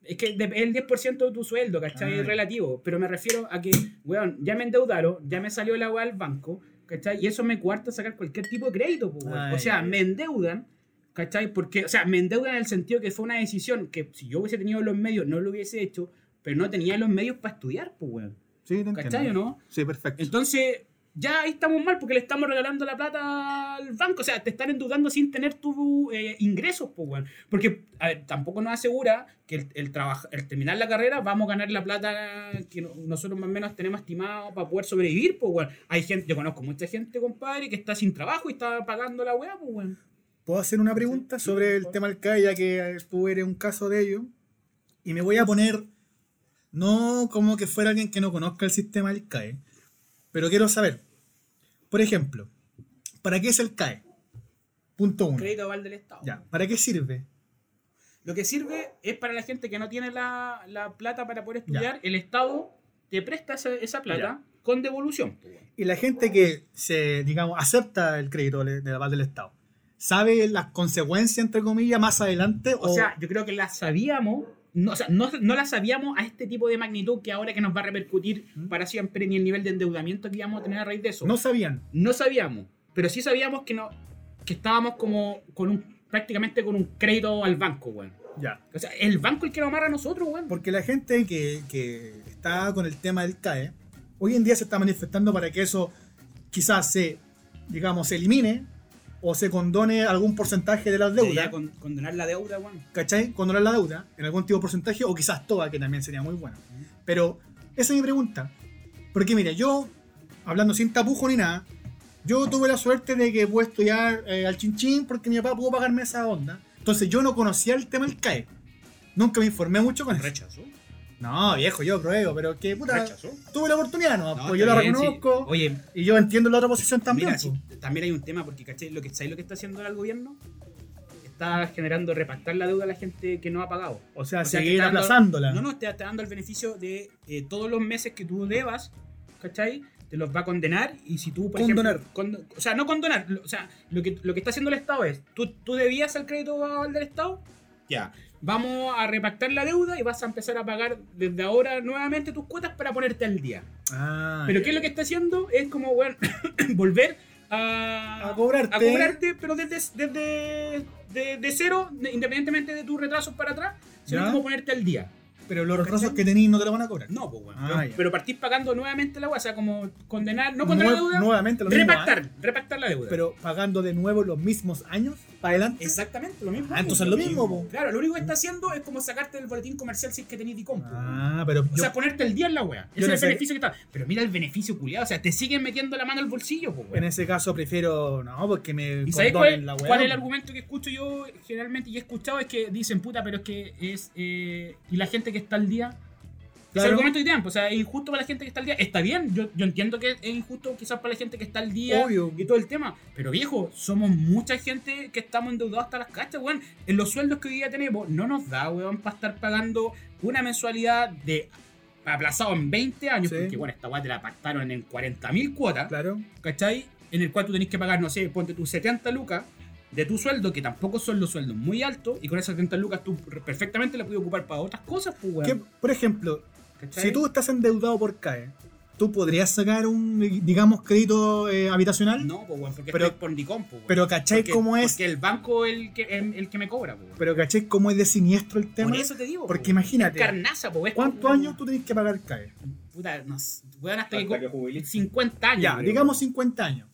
Speaker 2: Es que de- es el 10% de tu sueldo, ¿cachai?
Speaker 3: Ah.
Speaker 2: Es relativo. Pero me refiero a que, weón, ya me endeudaron, ya me salió la weá al banco, ¿cachai? Y eso me cuarta sacar cualquier tipo de crédito, pues, weón.
Speaker 3: Ay,
Speaker 2: O sea,
Speaker 3: ay,
Speaker 2: me endeudan, ¿cachai? Porque, o sea, me endeudan en el sentido que fue una decisión que si yo hubiese tenido los medios no lo hubiese hecho, pero no tenía los medios para estudiar, pues, weón.
Speaker 3: Sí, te entiendo.
Speaker 2: ¿Cachai o no?
Speaker 3: Sí, perfecto.
Speaker 2: Entonces, ya ahí estamos mal porque le estamos regalando la plata al banco. O sea, te están endeudando sin tener tus ingresos, pues, weón. Porque, a ver, tampoco nos asegura que el, el, trabaja- el terminar la carrera vamos a ganar la plata que no- nosotros más o menos tenemos estimado para poder sobrevivir, pues, weón. Hay gente, yo conozco mucha gente, compadre, que está sin trabajo y está pagando la weá, pues, weón.
Speaker 3: ¿Puedo hacer una pregunta sobre el tema del CAE, ya que eh, tú eres un caso de ello? Y me voy a poner, no como que fuera alguien que no conozca el sistema del CAE, pero quiero saber, por ejemplo, ¿para qué es el CAE? Punto uno.
Speaker 2: Crédito aval del Estado.
Speaker 3: Ya, ¿para qué sirve?
Speaker 2: Lo que sirve es para la gente que no tiene la, la plata para poder
Speaker 3: Ya.
Speaker 2: estudiar, el Estado te presta esa, esa plata con devolución, pues, weón.
Speaker 3: Y la gente que se, digamos, acepta el crédito de la paz del Estado, ¿sabe las consecuencias, entre comillas, más adelante?
Speaker 2: O sea, yo creo que la sabíamos, no, o sea, no, no la sabíamos a este tipo de magnitud que ahora que nos va a repercutir para siempre ni el nivel de endeudamiento que íbamos a tener a raíz de eso.
Speaker 3: ¿Mm? no sabían.
Speaker 2: No sabíamos, pero sí sabíamos que no que estábamos como con un prácticamente con un crédito al banco, weón.
Speaker 3: Ya.
Speaker 2: O sea, el banco es el que nos amarra a nosotros, weón.
Speaker 3: Porque la gente que, que está con el tema del CAE, hoy en día se está manifestando para que eso quizás se, digamos, se elimine o se condone algún porcentaje de las deudas,
Speaker 4: Debería con- condonar la deuda, güey.
Speaker 3: ¿cachai? Condonar la deuda en algún tipo de porcentaje o quizás toda, que también sería muy buena. Pero esa es mi pregunta. Porque mira, yo, hablando sin tapujo ni nada, yo tuve la suerte de que pude estudiar eh, al chinchín porque mi papá pudo pagarme esa onda. Entonces yo no conocía el tema del CAE. Nunca me informé mucho con eso.
Speaker 4: Rechazo.
Speaker 3: No, viejo, yo pruebo, pero que puta,
Speaker 4: Rechazo.
Speaker 3: tuve la oportunidad, no,
Speaker 4: No,
Speaker 3: pues yo
Speaker 4: está
Speaker 3: la
Speaker 4: bien, sí.
Speaker 3: reconozco
Speaker 2: Oye,
Speaker 3: y yo entiendo la otra posición también.
Speaker 2: mira,
Speaker 3: pues.
Speaker 2: si- también hay un tema porque ¿cachai? lo que ¿sabes lo que está haciendo ahora el gobierno está generando repactar la deuda a la gente que no ha pagado.
Speaker 3: o sea,
Speaker 2: o sea,
Speaker 3: seguir
Speaker 2: que está dando-
Speaker 3: aplazándola.
Speaker 2: No, no, te está dando el beneficio de eh, todos los meses que tú debas, ¿cachai? Te los va a condenar y si tú, por
Speaker 3: Condonar.
Speaker 2: ejemplo... condo- o sea, no condonar. lo- O sea, lo que, lo que está haciendo el Estado es, tú, tú debías al crédito aval del Estado,
Speaker 4: Ya.
Speaker 2: vamos a repactar la deuda y vas a empezar a pagar desde ahora nuevamente tus cuotas para ponerte al día.
Speaker 3: Ah,
Speaker 2: Pero ¿qué es lo que está haciendo? Es como, bueno, volver a...
Speaker 3: a cobrarte.
Speaker 2: a cobrarte, pero desde, desde de, de cero, de- independientemente de tus retrasos para atrás, sino
Speaker 3: Ya.
Speaker 2: como ponerte al día.
Speaker 3: pero los
Speaker 2: ¿Cachai?
Speaker 3: retrasos que tenéis no te lo van a cobrar.
Speaker 4: No, pues bueno.
Speaker 3: Ah,
Speaker 4: pero-
Speaker 3: ya.
Speaker 4: pero partís pagando nuevamente la weá, o sea, como condenar, no condenar la
Speaker 3: Nue-
Speaker 4: deuda,
Speaker 3: Nuevamente lo mismo.
Speaker 4: repactar,
Speaker 3: ¿ah?
Speaker 4: repactar la deuda.
Speaker 3: Pero pagando de nuevo los mismos años para adelante.
Speaker 4: Exactamente, lo mismo.
Speaker 3: Ah, entonces es lo mismo, po.
Speaker 4: Claro, lo único que está haciendo es como sacarte del boletín comercial si es que tenés Dicom. po.
Speaker 3: Ah, pero
Speaker 4: o
Speaker 3: yo-
Speaker 4: sea, ponerte el día en la wea.
Speaker 3: yo
Speaker 4: Ese
Speaker 3: no
Speaker 4: es
Speaker 3: sé.
Speaker 4: el beneficio que está. Pero mira el beneficio culiado. O sea, te siguen metiendo la mano al bolsillo, po,
Speaker 3: en
Speaker 4: wea.
Speaker 3: ese caso prefiero. No, porque me
Speaker 4: ¿Y
Speaker 3: condonen
Speaker 4: sabes cuál,
Speaker 3: la weá.
Speaker 2: cuál
Speaker 4: cuál es el argumento que escucho yo generalmente y he escuchado? Es que dicen, puta, pero es que es. eh, y la gente que está al día. Es el
Speaker 3: pues. Claro.
Speaker 2: argumento
Speaker 4: argumento que te dan, po, pues, o sea, es injusto para la gente que está al día. Está bien, yo, yo entiendo que es injusto quizás para la gente que está al día.
Speaker 3: Obvio.
Speaker 2: y
Speaker 4: y todo el tema. Pero viejo, somos mucha gente que estamos endeudados hasta las cachas, weón. En los sueldos que hoy día tenemos, no nos da, weón, para estar pagando una mensualidad de aplazado en 20 años,
Speaker 3: Sí.
Speaker 4: porque bueno, esta weá te la pactaron en 40.000 cuotas,
Speaker 3: Claro.
Speaker 4: ¿cachai? En el cual tú tenés que pagar, no sé, ponte tus 70 lucas de tu sueldo, que tampoco son los sueldos muy altos, y con esas 70 lucas tú perfectamente la puedes ocupar para otras cosas, pues,
Speaker 3: Que,
Speaker 4: weón.
Speaker 3: por ejemplo,
Speaker 4: ¿cachai?
Speaker 3: si tú estás endeudado por CAE, tú podrías sacar un, digamos, crédito eh, habitacional,
Speaker 4: No, pues, weón, porque
Speaker 3: Pero-
Speaker 4: estoy por Nicom, pues, weón.
Speaker 3: pero ¿cachai
Speaker 4: Porque-
Speaker 3: cómo es?
Speaker 4: Porque el banco es el que, el, el que me cobra, pues, weón.
Speaker 3: Pero ¿cachai cómo es de siniestro el tema?
Speaker 4: Por eso te digo.
Speaker 3: Porque
Speaker 4: po,
Speaker 3: imagínate,
Speaker 4: Carnaza, po, es
Speaker 3: ¿Cuántos
Speaker 4: como-
Speaker 3: años tú tenés que pagar CAE?
Speaker 4: Puta, no sé, weón, hasta,
Speaker 5: Hasta
Speaker 4: que,
Speaker 5: que jubilé.
Speaker 4: 50 años.
Speaker 3: Ya,
Speaker 4: creo.
Speaker 3: digamos 50 años.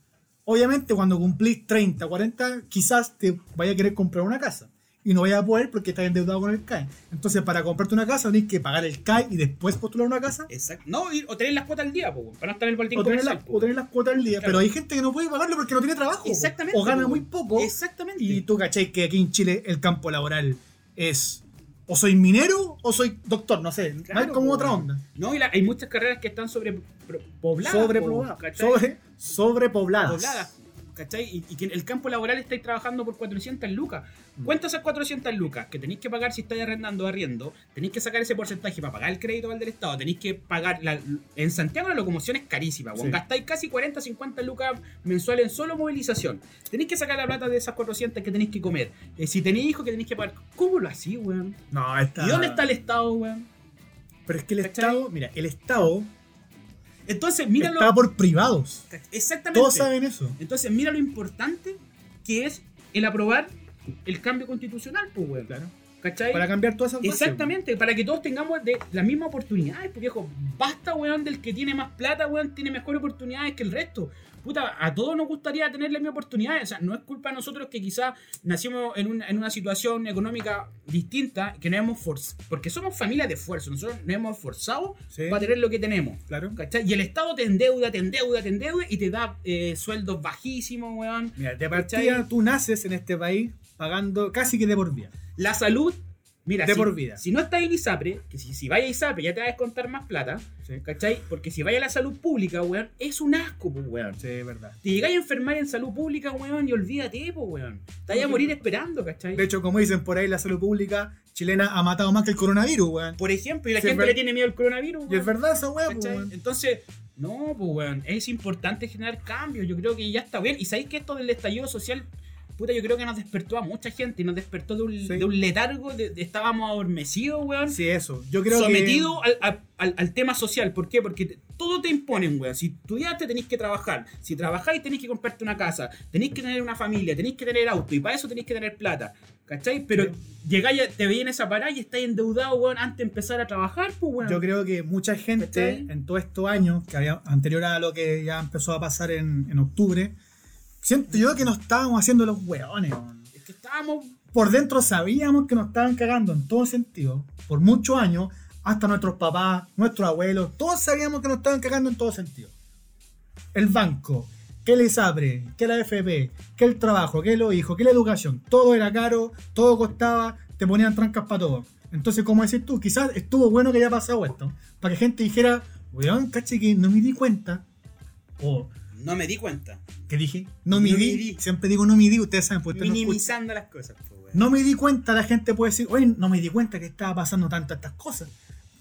Speaker 3: Obviamente cuando cumplís 30, 40, quizás te vaya a querer comprar una casa. Y no vayas a poder porque estás endeudado con el CAE. Entonces, para comprarte una casa, tenés que pagar el CAE y después postular una casa.
Speaker 4: Exacto. No, y- o tener las cuotas al día, po, weón, para no estar en el boletín
Speaker 3: O tener,
Speaker 4: comercial.
Speaker 3: las,
Speaker 4: po.
Speaker 3: o tener las cuotas al día.
Speaker 4: Claro.
Speaker 3: Pero hay gente que no puede pagarlo porque no tiene trabajo. po.
Speaker 4: Exactamente,
Speaker 3: O gana
Speaker 4: po.
Speaker 3: muy poco.
Speaker 4: Exactamente.
Speaker 3: Y tú cachai que aquí en Chile el campo laboral es o soy minero o soy doctor, no sé,
Speaker 4: Claro,
Speaker 3: no hay como
Speaker 4: po,
Speaker 3: otra
Speaker 4: weón.
Speaker 3: onda.
Speaker 4: No, y la- hay muchas carreras que están sobrepobladas.
Speaker 3: Sobrepoblada- sobre, sobrepobladas.
Speaker 4: pobladas. ¿Cachai? Y, y que en el campo laboral estáis trabajando por 400 lucas.
Speaker 3: Mm.
Speaker 4: Cuenta esas 400 lucas que tenéis que pagar si estáis arrendando o arriendo. Tenéis que sacar ese porcentaje para pagar el crédito al del Estado. Tenéis que pagar. la- en Santiago la locomoción es carísima. weón.
Speaker 3: Sí.
Speaker 4: Gastáis casi 40, 50 lucas mensuales en solo movilización. Tenéis que sacar la plata de esas 400 que tenéis que comer. Eh, si tenéis hijos que tenéis que pagar. ¿Cómo lo hacís, weón?
Speaker 3: No, está.
Speaker 4: ¿Y dónde está el Estado, weón?
Speaker 3: Pero es que el
Speaker 4: ¿Cachai?
Speaker 3: Estado, mira, el Estado
Speaker 4: Entonces, míralo.
Speaker 3: está por privados.
Speaker 4: Exactamente.
Speaker 3: Todos saben eso.
Speaker 4: Entonces, mira lo importante que es el aprobar el cambio constitucional, pues, weón.
Speaker 3: Claro.
Speaker 4: ¿Cachai?
Speaker 3: Para cambiar todas esas bases,
Speaker 4: Exactamente, para que todos tengamos de las mismas oportunidades, pues, viejo. Basta, weón, del que tiene más plata, weón, tiene mejores oportunidades que el resto. Puta, a todos nos gustaría tener las mismas oportunidades. O sea, no es culpa de nosotros que quizás nacimos en una, en una situación económica distinta, que nos hemos forzado. Porque somos familia de esfuerzo, nosotros nos hemos esforzado
Speaker 3: Sí.
Speaker 4: para tener lo que tenemos.
Speaker 3: Claro.
Speaker 4: ¿Cachai? Y el Estado te endeuda, te endeuda, te endeuda y te da eh, sueldos bajísimos, weón.
Speaker 3: Mira, de
Speaker 4: ¿Cachai?
Speaker 3: partida tú naces en este país pagando casi que de por vida.
Speaker 4: La salud, mira,
Speaker 3: De
Speaker 4: si,
Speaker 3: por vida.
Speaker 4: si no estás en ISAPRE, que si, si vaya a ISAPRE ya te va a descontar más plata,
Speaker 3: Sí.
Speaker 4: ¿cachai? Porque si vaya a la salud pública, weón, es un asco, pues, weón.
Speaker 3: Sí, es verdad.
Speaker 4: Te llegáis a enfermar en salud pública, weón, y olvídate, pues, weón. Te vayas a morir esperando, ¿cachai?
Speaker 3: De hecho, como dicen por ahí, la salud pública chilena ha matado más que el coronavirus, weón.
Speaker 4: Por ejemplo, y la
Speaker 3: Sí, es
Speaker 4: gente
Speaker 3: ver-
Speaker 4: le tiene miedo al coronavirus,
Speaker 3: Y es
Speaker 4: weón.
Speaker 3: verdad esa weá, po,
Speaker 4: ¿Cachai?
Speaker 3: weón.
Speaker 4: Entonces, no, pues, weón, es importante generar cambios. Yo creo que ya está bien. Y sabéis que esto del estallido social, puta, yo creo que nos despertó a mucha gente. Nos despertó de un, de un letargo, de, de- estábamos adormecidos, weón.
Speaker 3: Sí, eso. Yo creo
Speaker 4: sometido al, a- al- al tema social. ¿Por qué? Porque te- todo te imponen, weón. Si estudiaste, tenéis que trabajar. Si trabajáis, tenéis que comprarte una casa. Tenéis que tener una familia. Tenéis que tener auto. Y para eso tenéis que tener plata. ¿Cachai? Pero llegáis, a- te vienes a parar y estáis endeudado, weón, antes de empezar a trabajar, pues,
Speaker 3: que
Speaker 4: weón.
Speaker 3: yo creo que mucha gente
Speaker 4: ¿Cachai?
Speaker 3: en todos estos años, que había anterior a lo que ya empezó a pasar en, en octubre, siento yo que nos estábamos haciendo los weones. weón.
Speaker 4: Es que estábamos
Speaker 3: Por dentro sabíamos que nos estaban cagando en todo sentido, por muchos años, hasta nuestros papás, nuestros abuelos, todos sabíamos que nos estaban cagando en todo sentido. El banco, que les abre, que la AFP, que el trabajo, que los hijos, que la educación, todo era caro, todo costaba, te ponían trancas para todo. Entonces, como decís tú, quizás estuvo bueno que haya pasado esto, para que gente dijera, weón, caché que no me di cuenta, o
Speaker 4: No me di cuenta.
Speaker 3: que dije, no me, di. siempre digo no me di, ustedes saben, porque ustedes no escuchan.
Speaker 4: Minimizando las cosas, pues, weón.
Speaker 3: No me di cuenta, la gente puede decir, oye, no me di cuenta que estaba pasando tanto estas cosas.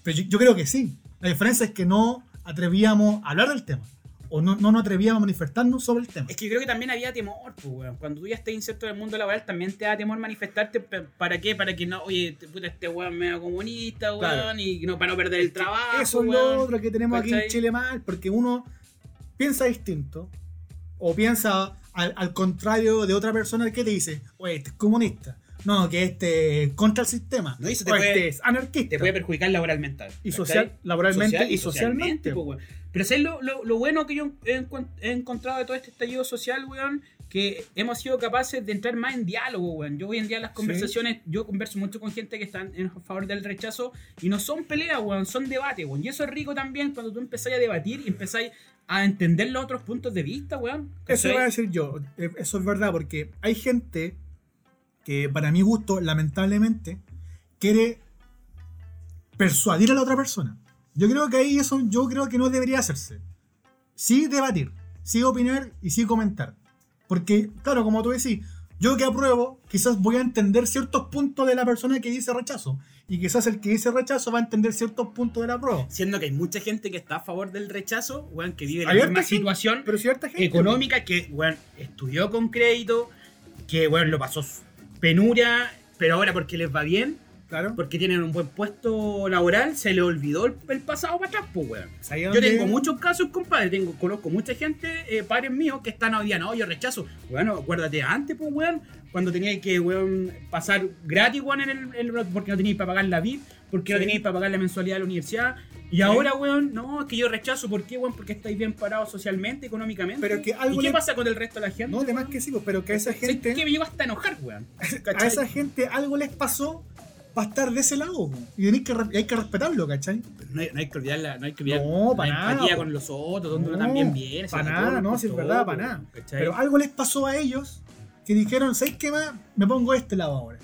Speaker 3: Pero yo, yo creo que sí. La diferencia es que no atrevíamos a hablar del tema. O no, no nos atrevíamos a manifestarnos sobre el tema.
Speaker 4: Es que yo creo que también había temor, pues, weón. Cuando tú ya estás inserto en el mundo laboral, también te da temor manifestarte. pe- ¿Para qué? Para que no, oye, te- puta, este weón me da comunista, weón,
Speaker 3: Claro.
Speaker 4: y no, para no perder el trabajo.
Speaker 3: Eso es
Speaker 4: weón.
Speaker 3: lo otro que tenemos aquí en
Speaker 4: ¿Cachai?
Speaker 3: Chile mal, porque uno piensa distinto o piensa al, al contrario de otra persona que te dice, oye, este es comunista. No, que este es contra el sistema.
Speaker 4: No, y se
Speaker 3: o
Speaker 4: te
Speaker 3: este
Speaker 4: puede-
Speaker 3: es anarquista.
Speaker 4: Te puede perjudicar laboralmente.
Speaker 3: y
Speaker 4: ¿cachai?
Speaker 3: social, laboralmente
Speaker 4: Social
Speaker 3: y socialmente.
Speaker 4: po, weón. Pero ¿sabes lo, lo- lo bueno que yo he, encon- he encontrado de todo este estallido social, weón? Que hemos sido capaces de entrar más en diálogo, weón. Yo hoy en día en las conversaciones, yo converso mucho con gente que están en favor del rechazo y no son peleas, weón, son debate, weón. Y eso es rico también cuando tú empezáis a debatir y empezáis a entender los otros puntos de vista, weón.
Speaker 3: Eso
Speaker 4: ¿Cachai?
Speaker 3: iba a decir yo. Eh, Eso es verdad, porque hay gente que, para mi gusto, lamentablemente, quiere persuadir a la otra persona. Yo creo que ahí eso, yo creo que no debería hacerse. Sí debatir, sí opinar y sí comentar. Porque, claro, como tú decís, yo que apruebo, quizás voy a entender ciertos puntos de la persona que dice rechazo. Y quizás el que dice rechazo va a entender ciertos puntos de la prueba.
Speaker 2: Siendo que hay mucha gente que está a favor del rechazo, weón, que vive la
Speaker 3: Hay harta
Speaker 2: misma
Speaker 3: gente,
Speaker 2: situación
Speaker 3: Pero cierta gente...
Speaker 2: económica que, weón, estudió con crédito, que, weón, lo pasó s- penuria, pero ahora porque les va bien,
Speaker 3: Claro.
Speaker 2: porque tienen un buen puesto laboral, se le olvidó el, el pasado para atrás, pues, weón.
Speaker 3: Es ahí
Speaker 2: Yo
Speaker 3: donde-
Speaker 2: tengo muchos casos, compadre. Tengo, conozco mucha gente, eh, padres míos, que están hoy día, no, yo rechazo. Bueno, acuérdate antes, pues, weón, cuando teníais que, weón, pasar gratis, weón, en el, en el- porque no teníais para pagar la VIP, porque no
Speaker 3: Sí.
Speaker 2: teníais para pagar la mensualidad de la universidad. Y ahora, weón, no, es que yo rechazo. ¿Por qué, weón? Porque estáis bien parados socialmente, económicamente.
Speaker 3: Pero que algo
Speaker 2: ¿Y qué
Speaker 3: le-
Speaker 2: pasa con el resto de la gente?
Speaker 3: No, de más que sí, pues, pero que a esa
Speaker 2: ¿Sabes
Speaker 3: gente,
Speaker 2: qué? me llegó hasta a enojar, weón.
Speaker 3: a
Speaker 2: ¿Cachai?
Speaker 3: esa gente algo les pasó para estar de ese lado. po. Y tenéis que, re- y hay que respetarlo, ¿cachai?
Speaker 2: No, hay, no hay que olvidar la, no hay que olvidar
Speaker 3: No, pa'
Speaker 2: la
Speaker 3: nada,
Speaker 2: empatía
Speaker 3: po.
Speaker 2: con los otros, donde uno
Speaker 3: No,
Speaker 2: también viene.
Speaker 3: pa'
Speaker 2: sobre
Speaker 3: nada,
Speaker 2: todo,
Speaker 3: no,
Speaker 2: por
Speaker 3: si es
Speaker 2: todo,
Speaker 3: verdad, pa'
Speaker 2: weón,
Speaker 3: nada.
Speaker 2: ¿cachai?
Speaker 4: ah,
Speaker 3: Pero algo les pasó a ellos que dijeron, ¿sabes qué más? Me pongo de este lado ahora.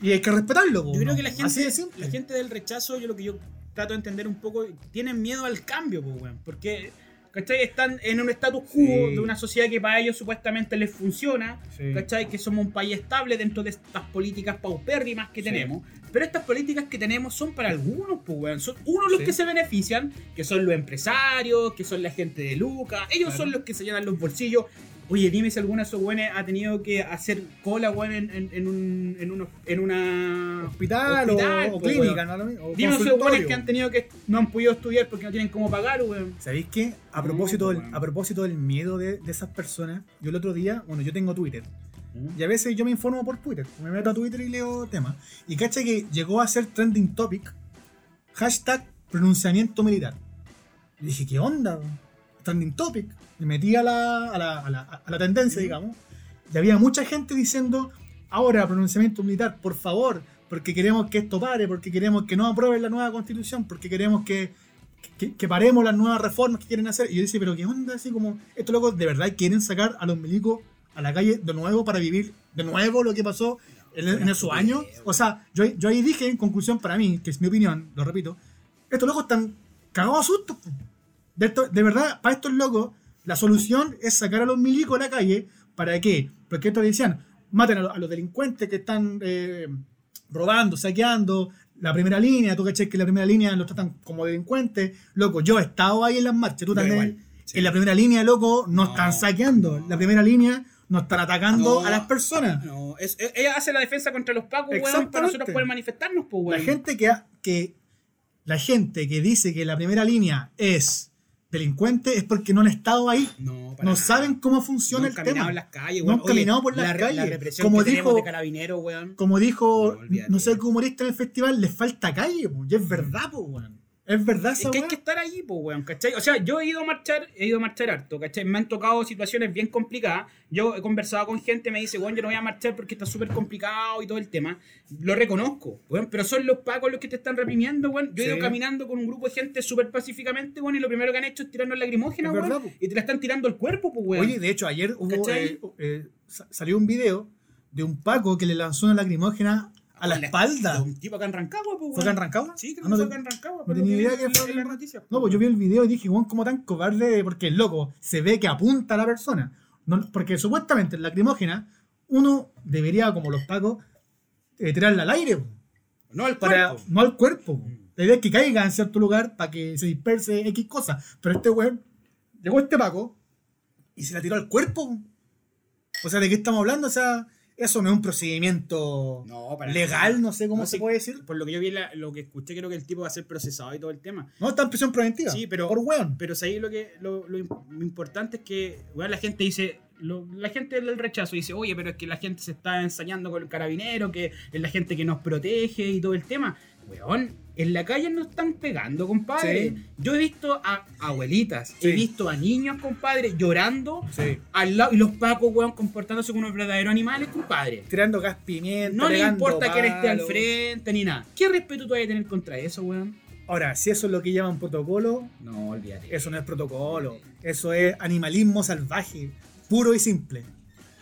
Speaker 3: Y hay que respetarlo, po,
Speaker 2: Yo creo
Speaker 3: ¿no?
Speaker 2: que la gente,
Speaker 3: Así de simple.
Speaker 2: la gente del rechazo, yo lo que yo trato de entender un poco, tienen miedo al cambio, pues, weón. Porque, ¿cachai? Están en un status quo
Speaker 3: Sí.
Speaker 2: de una sociedad que para ellos supuestamente les funciona,
Speaker 3: Sí.
Speaker 2: ¿cachai? Que somos un país estable dentro de estas políticas paupérrimas que tenemos. Pero estas políticas que tenemos son para algunos, pues, weón. Son unos los
Speaker 3: Sí.
Speaker 2: que se benefician, que son los empresarios, que son la gente de Lucas. Ellos
Speaker 3: Claro.
Speaker 2: son los que se llenan los bolsillos. Oye, dime si alguno de esos weones ha tenido que hacer cola, weón, en, en, en un, en, unos- en una
Speaker 3: Hospital,
Speaker 2: hospital,
Speaker 3: o, o
Speaker 2: po,
Speaker 3: clínica,
Speaker 2: weón.
Speaker 3: ¿no? Lo mismo, o
Speaker 2: Dime esos
Speaker 3: consultorio.
Speaker 2: weones que han tenido que no han podido estudiar porque no tienen cómo pagar, weón.
Speaker 3: ¿Sabéis qué? A
Speaker 2: No,
Speaker 3: propósito,
Speaker 2: po,
Speaker 3: del,
Speaker 2: weón.
Speaker 3: a propósito del miedo de, de esas personas, yo el otro día, bueno, yo tengo Twitter.
Speaker 2: ¿Mm?
Speaker 3: Y a veces yo me informo por Twitter. Me meto a Twitter y leo temas. Y cacha que llegó a ser trending topic. Hashtag pronunciamiento militar. Y dije, ¿qué onda? bro? Trending topic. Me metí a la, a la, a la, a la tendencia, digamos. Y había mucha gente diciendo, ahora pronunciamiento militar, por favor. Porque queremos que esto pare, porque queremos que no aprueben la nueva constitución, porque queremos que, que, que paremos las nuevas reformas que quieren hacer. Y yo decía, pero ¿qué onda? Así como, estos locos de verdad quieren sacar a los milicos a la calle de nuevo para vivir de nuevo lo que pasó en, en esos años. O sea, yo, yo ahí dije, en conclusión, para mí, que es mi opinión, lo repito, estos locos están cagados a sustos. po. De, esto- de verdad, para estos locos, la solución es sacar a los milicos a la calle. ¿Para qué? Porque estos decían, maten a, los- a los delincuentes que están eh, robando, saqueando. La primera línea, tú caché que la primera línea los tratan como delincuentes. Loco, yo he estado ahí en las marchas, tú
Speaker 4: Yo
Speaker 3: también.
Speaker 4: igual, sí.
Speaker 3: En la primera línea, loco, no,
Speaker 4: No,
Speaker 3: están saqueando.
Speaker 4: no.
Speaker 3: La primera línea no están atacando
Speaker 4: No.
Speaker 3: a las personas.
Speaker 4: No, es- e- ella hace la defensa contra los pacos, weón,
Speaker 3: Exactamente.
Speaker 4: para nosotros poder manifestarnos, pues,
Speaker 3: La
Speaker 4: weón.
Speaker 3: gente que, ha- que la gente que dice que la primera línea es delincuente es porque no han estado ahí.
Speaker 4: No, para
Speaker 3: No
Speaker 4: nada.
Speaker 3: saben cómo
Speaker 4: No
Speaker 3: funciona
Speaker 4: han
Speaker 3: el
Speaker 4: caminado
Speaker 3: tema.
Speaker 4: en las calles,
Speaker 3: No
Speaker 4: weón.
Speaker 3: han caminado por las
Speaker 4: la,
Speaker 3: calles.
Speaker 4: La represión
Speaker 3: Como
Speaker 4: que tenemos
Speaker 3: dijo-
Speaker 4: de carabineros, weón.
Speaker 3: Como dijo,
Speaker 4: No, olvídate.
Speaker 3: no sé qué humorista en el festival, les falta calle, po. y es verdad, po, weón. Es verdad
Speaker 4: Mm. Es
Speaker 3: esa
Speaker 4: que hay
Speaker 3: weá.
Speaker 4: que estar ahí, pues, weón, ¿cachai? O sea, yo he ido a marchar, he ido a marchar harto, ¿cachai? Me han tocado situaciones bien complicadas. Yo he conversado con gente, me dice, weón, yo no voy a marchar porque está súper complicado y todo el tema. Lo reconozco, weón, pero son los pacos los que te están reprimiendo, weón. Yo he
Speaker 3: Sí.
Speaker 4: ido caminando con un grupo de gente súper pacíficamente, weón, y lo primero que han hecho es tirarnos lacrimógenas,
Speaker 3: Es
Speaker 4: weón,
Speaker 3: verdad, po.
Speaker 4: y te la están tirando al cuerpo, pues, weón.
Speaker 3: Oye, de hecho, ayer hubo,
Speaker 4: ¿Cachai?
Speaker 3: eh, eh, sa- salió un video de un Paco que le lanzó una lacrimógena a la
Speaker 4: Con la-
Speaker 3: espalda.
Speaker 4: Un tipo acá en Rancagua, pues,
Speaker 3: ¿Fue
Speaker 4: weón.
Speaker 3: en Rancagua?
Speaker 4: Sí, creo
Speaker 3: Ah, no
Speaker 4: que fue
Speaker 3: te-
Speaker 4: acá en Rancagua.
Speaker 3: No
Speaker 4: pero
Speaker 3: tenía
Speaker 4: vi
Speaker 3: idea que
Speaker 4: en la-
Speaker 3: fue
Speaker 4: en las noticias,
Speaker 3: No, pues yo vi el video y dije, weón, como tan cobarde, porque el loco se ve que apunta a la persona. No, porque supuestamente en lacrimógena, uno debería, como los pacos, eh, tirarla al aire, po,
Speaker 4: No, el
Speaker 3: para,
Speaker 4: cuerpo.
Speaker 3: no al cuerpo. po. La idea es que caiga en cierto lugar para que se disperse X cosas. Pero este weón, llegó este paco y se la tiró al cuerpo. po. O sea, ¿de qué estamos hablando? O sea, eso no es un procedimiento
Speaker 4: No, para
Speaker 3: legal, no sé cómo
Speaker 2: No,
Speaker 3: se
Speaker 2: sí.
Speaker 3: puede decir.
Speaker 2: Por lo que yo vi, la- lo que escuché, creo que el tipo va a ser procesado y todo el tema.
Speaker 3: No, está en prisión preventiva.
Speaker 2: Sí, pero-
Speaker 3: Por weón.
Speaker 2: Pero ahí lo que lo, lo im- lo importante es que weón, la gente dice
Speaker 4: lo- la gente del rechazo dice, oye, pero es que la gente se está ensañando con el carabinero, que es la gente que nos protege y todo el tema. Weón, en la calle nos están pegando, compadre.
Speaker 3: Sí.
Speaker 4: Yo he visto a abuelitas,
Speaker 3: Sí.
Speaker 4: he visto a niños, compadre, llorando
Speaker 3: Sí.
Speaker 4: al lado y los pacos, weón, comportándose como unos verdaderos animales, compadre.
Speaker 3: Tirando gas pimienta.
Speaker 4: No le
Speaker 3: pegando
Speaker 4: importa quién esté al
Speaker 3: palos.
Speaker 4: frente ni nada. ¿Qué respeto tú vas a tener contra eso, weón?
Speaker 3: Ahora, si eso es lo que llaman protocolo,
Speaker 4: No, olvídate.
Speaker 3: eso no es protocolo. Eso es animalismo salvaje, puro y simple.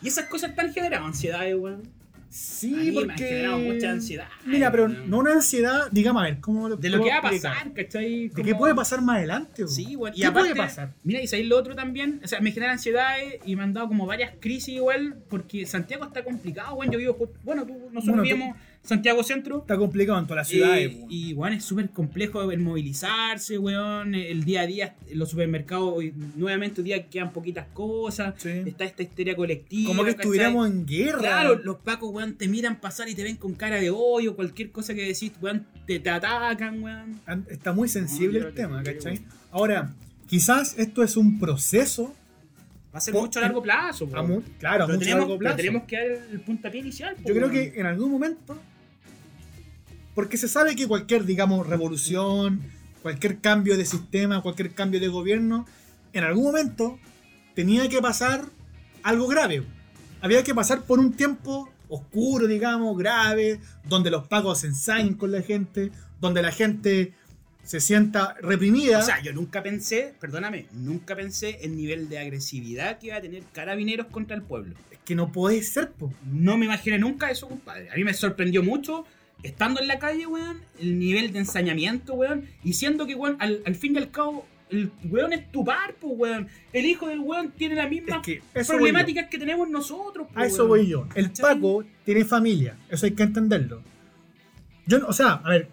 Speaker 4: Y esas cosas están generando ansiedad, eh, weón.
Speaker 3: Sí,
Speaker 4: A mí me han
Speaker 3: porque.
Speaker 4: generado mucha ansiedad,
Speaker 3: Mira, pero
Speaker 4: weón.
Speaker 3: no una ansiedad, digamos, a ver, ¿cómo lo
Speaker 4: De lo que va a
Speaker 3: puedo explicar?
Speaker 4: pasar,
Speaker 3: ¿De
Speaker 4: ¿cachai?
Speaker 3: qué
Speaker 4: Como-
Speaker 3: puede pasar más adelante? weón?
Speaker 4: Sí, weón. Y
Speaker 3: ¿Qué
Speaker 4: aparte,
Speaker 3: puede pasar?
Speaker 4: Mira, y sabéis lo otro también. O sea, me genera ansiedad eh, y me han dado como varias crisis igual, porque Santiago está complicado, weón. Yo vivo, ju- bueno, tú, nosotros
Speaker 3: Bueno, tú-
Speaker 4: vivíamos Santiago Centro.
Speaker 3: Está complicado en todas las
Speaker 4: Eh,
Speaker 3: ciudades. weón.
Speaker 4: y bueno, es súper complejo el movilizarse, weón. El día a día, los supermercados, hoy- nuevamente hoy día quedan poquitas cosas.
Speaker 3: Sí.
Speaker 4: Está esta histeria colectiva.
Speaker 3: Como que
Speaker 4: ¿cachai?
Speaker 3: estuviéramos en guerra.
Speaker 4: Claro, los pacos, weón, te miran pasar y te ven con cara de odio. Cualquier cosa que decís, weón, te, te atacan, weón.
Speaker 3: An- Está muy sensible
Speaker 4: No,
Speaker 3: el
Speaker 4: yo-
Speaker 3: tema,
Speaker 4: yo-
Speaker 3: ¿cachai? Ahora, quizás esto es un proceso.
Speaker 4: Va a ser
Speaker 3: Po-
Speaker 4: mucho a largo plazo, weón.
Speaker 3: a mu- claro, a
Speaker 4: Pero
Speaker 3: mucho
Speaker 4: tenemos,
Speaker 3: largo
Speaker 4: pero
Speaker 3: plazo.
Speaker 4: tenemos que dar el puntapié inicial. po,
Speaker 3: Yo creo
Speaker 4: weón.
Speaker 3: que en algún momento, porque se sabe que cualquier, digamos, revolución, cualquier cambio de sistema, cualquier cambio de gobierno, en algún momento tenía que pasar algo grave. Había que pasar por un tiempo oscuro, digamos, grave, donde los pagos se ensañen con la gente, donde la gente se sienta reprimida.
Speaker 4: O sea, yo nunca pensé, perdóname, nunca pensé el nivel de agresividad que iba a tener carabineros contra el pueblo.
Speaker 3: es que no puede ser, po.
Speaker 4: No me imaginé nunca eso, compadre. A mí me sorprendió mucho, estando en la calle, weón, el nivel de ensañamiento, weón, y siendo que, weón, al, al fin y al cabo, el weón es tu par, po, weón. El hijo del weón tiene las
Speaker 3: Es
Speaker 4: mismas
Speaker 3: que eso voy yo.
Speaker 4: problemáticas que tenemos nosotros, po,
Speaker 3: A eso
Speaker 4: weón.
Speaker 3: voy yo. El
Speaker 4: ¿Cachai?
Speaker 3: Paco tiene familia. Eso hay que entenderlo. Yo, no- o sea, a ver,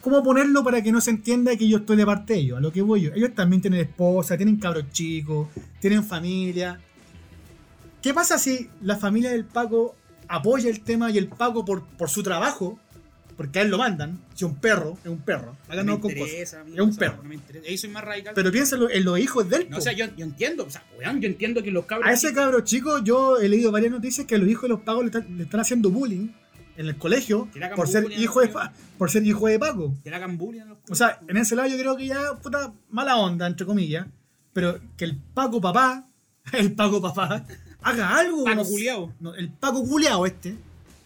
Speaker 3: ¿cómo ponerlo para que no se entienda que yo estoy de parte de ellos? A lo que voy yo. Ellos también tienen esposa, tienen cabros chicos, tienen familia. ¿Qué pasa si la familia del Paco apoya el tema y el Paco por, por su trabajo? Porque a él lo mandan. Si un perro, es un perro. Acá
Speaker 4: No
Speaker 3: no
Speaker 4: me
Speaker 3: con cosas.
Speaker 4: interesa, amigo,
Speaker 3: Es un
Speaker 4: esa weá
Speaker 3: perro.
Speaker 4: no me interesa. Ahí soy más radical.
Speaker 3: Pero piénsalo en los hijos del
Speaker 4: No,
Speaker 3: po.
Speaker 4: o sea, yo, yo entiendo, o sea, weón, yo entiendo que los cabros.
Speaker 3: A ese cabro chico yo he leído varias noticias que a los hijos de los pagos le, están- le están haciendo bullying en el colegio
Speaker 4: Que le hagan
Speaker 3: por ser,
Speaker 4: bullying,
Speaker 3: hijo de,
Speaker 4: ¿no?
Speaker 3: pa- por ser hijo de Paco.
Speaker 4: Que le hagan bullying a los
Speaker 3: O sea, en ese lado yo creo que ya, puta, mala onda, entre comillas, pero que el Paco papá, el Paco papá, haga algo.
Speaker 4: Paco
Speaker 3: no sé,
Speaker 4: culiao.
Speaker 3: no, el Paco culiao este.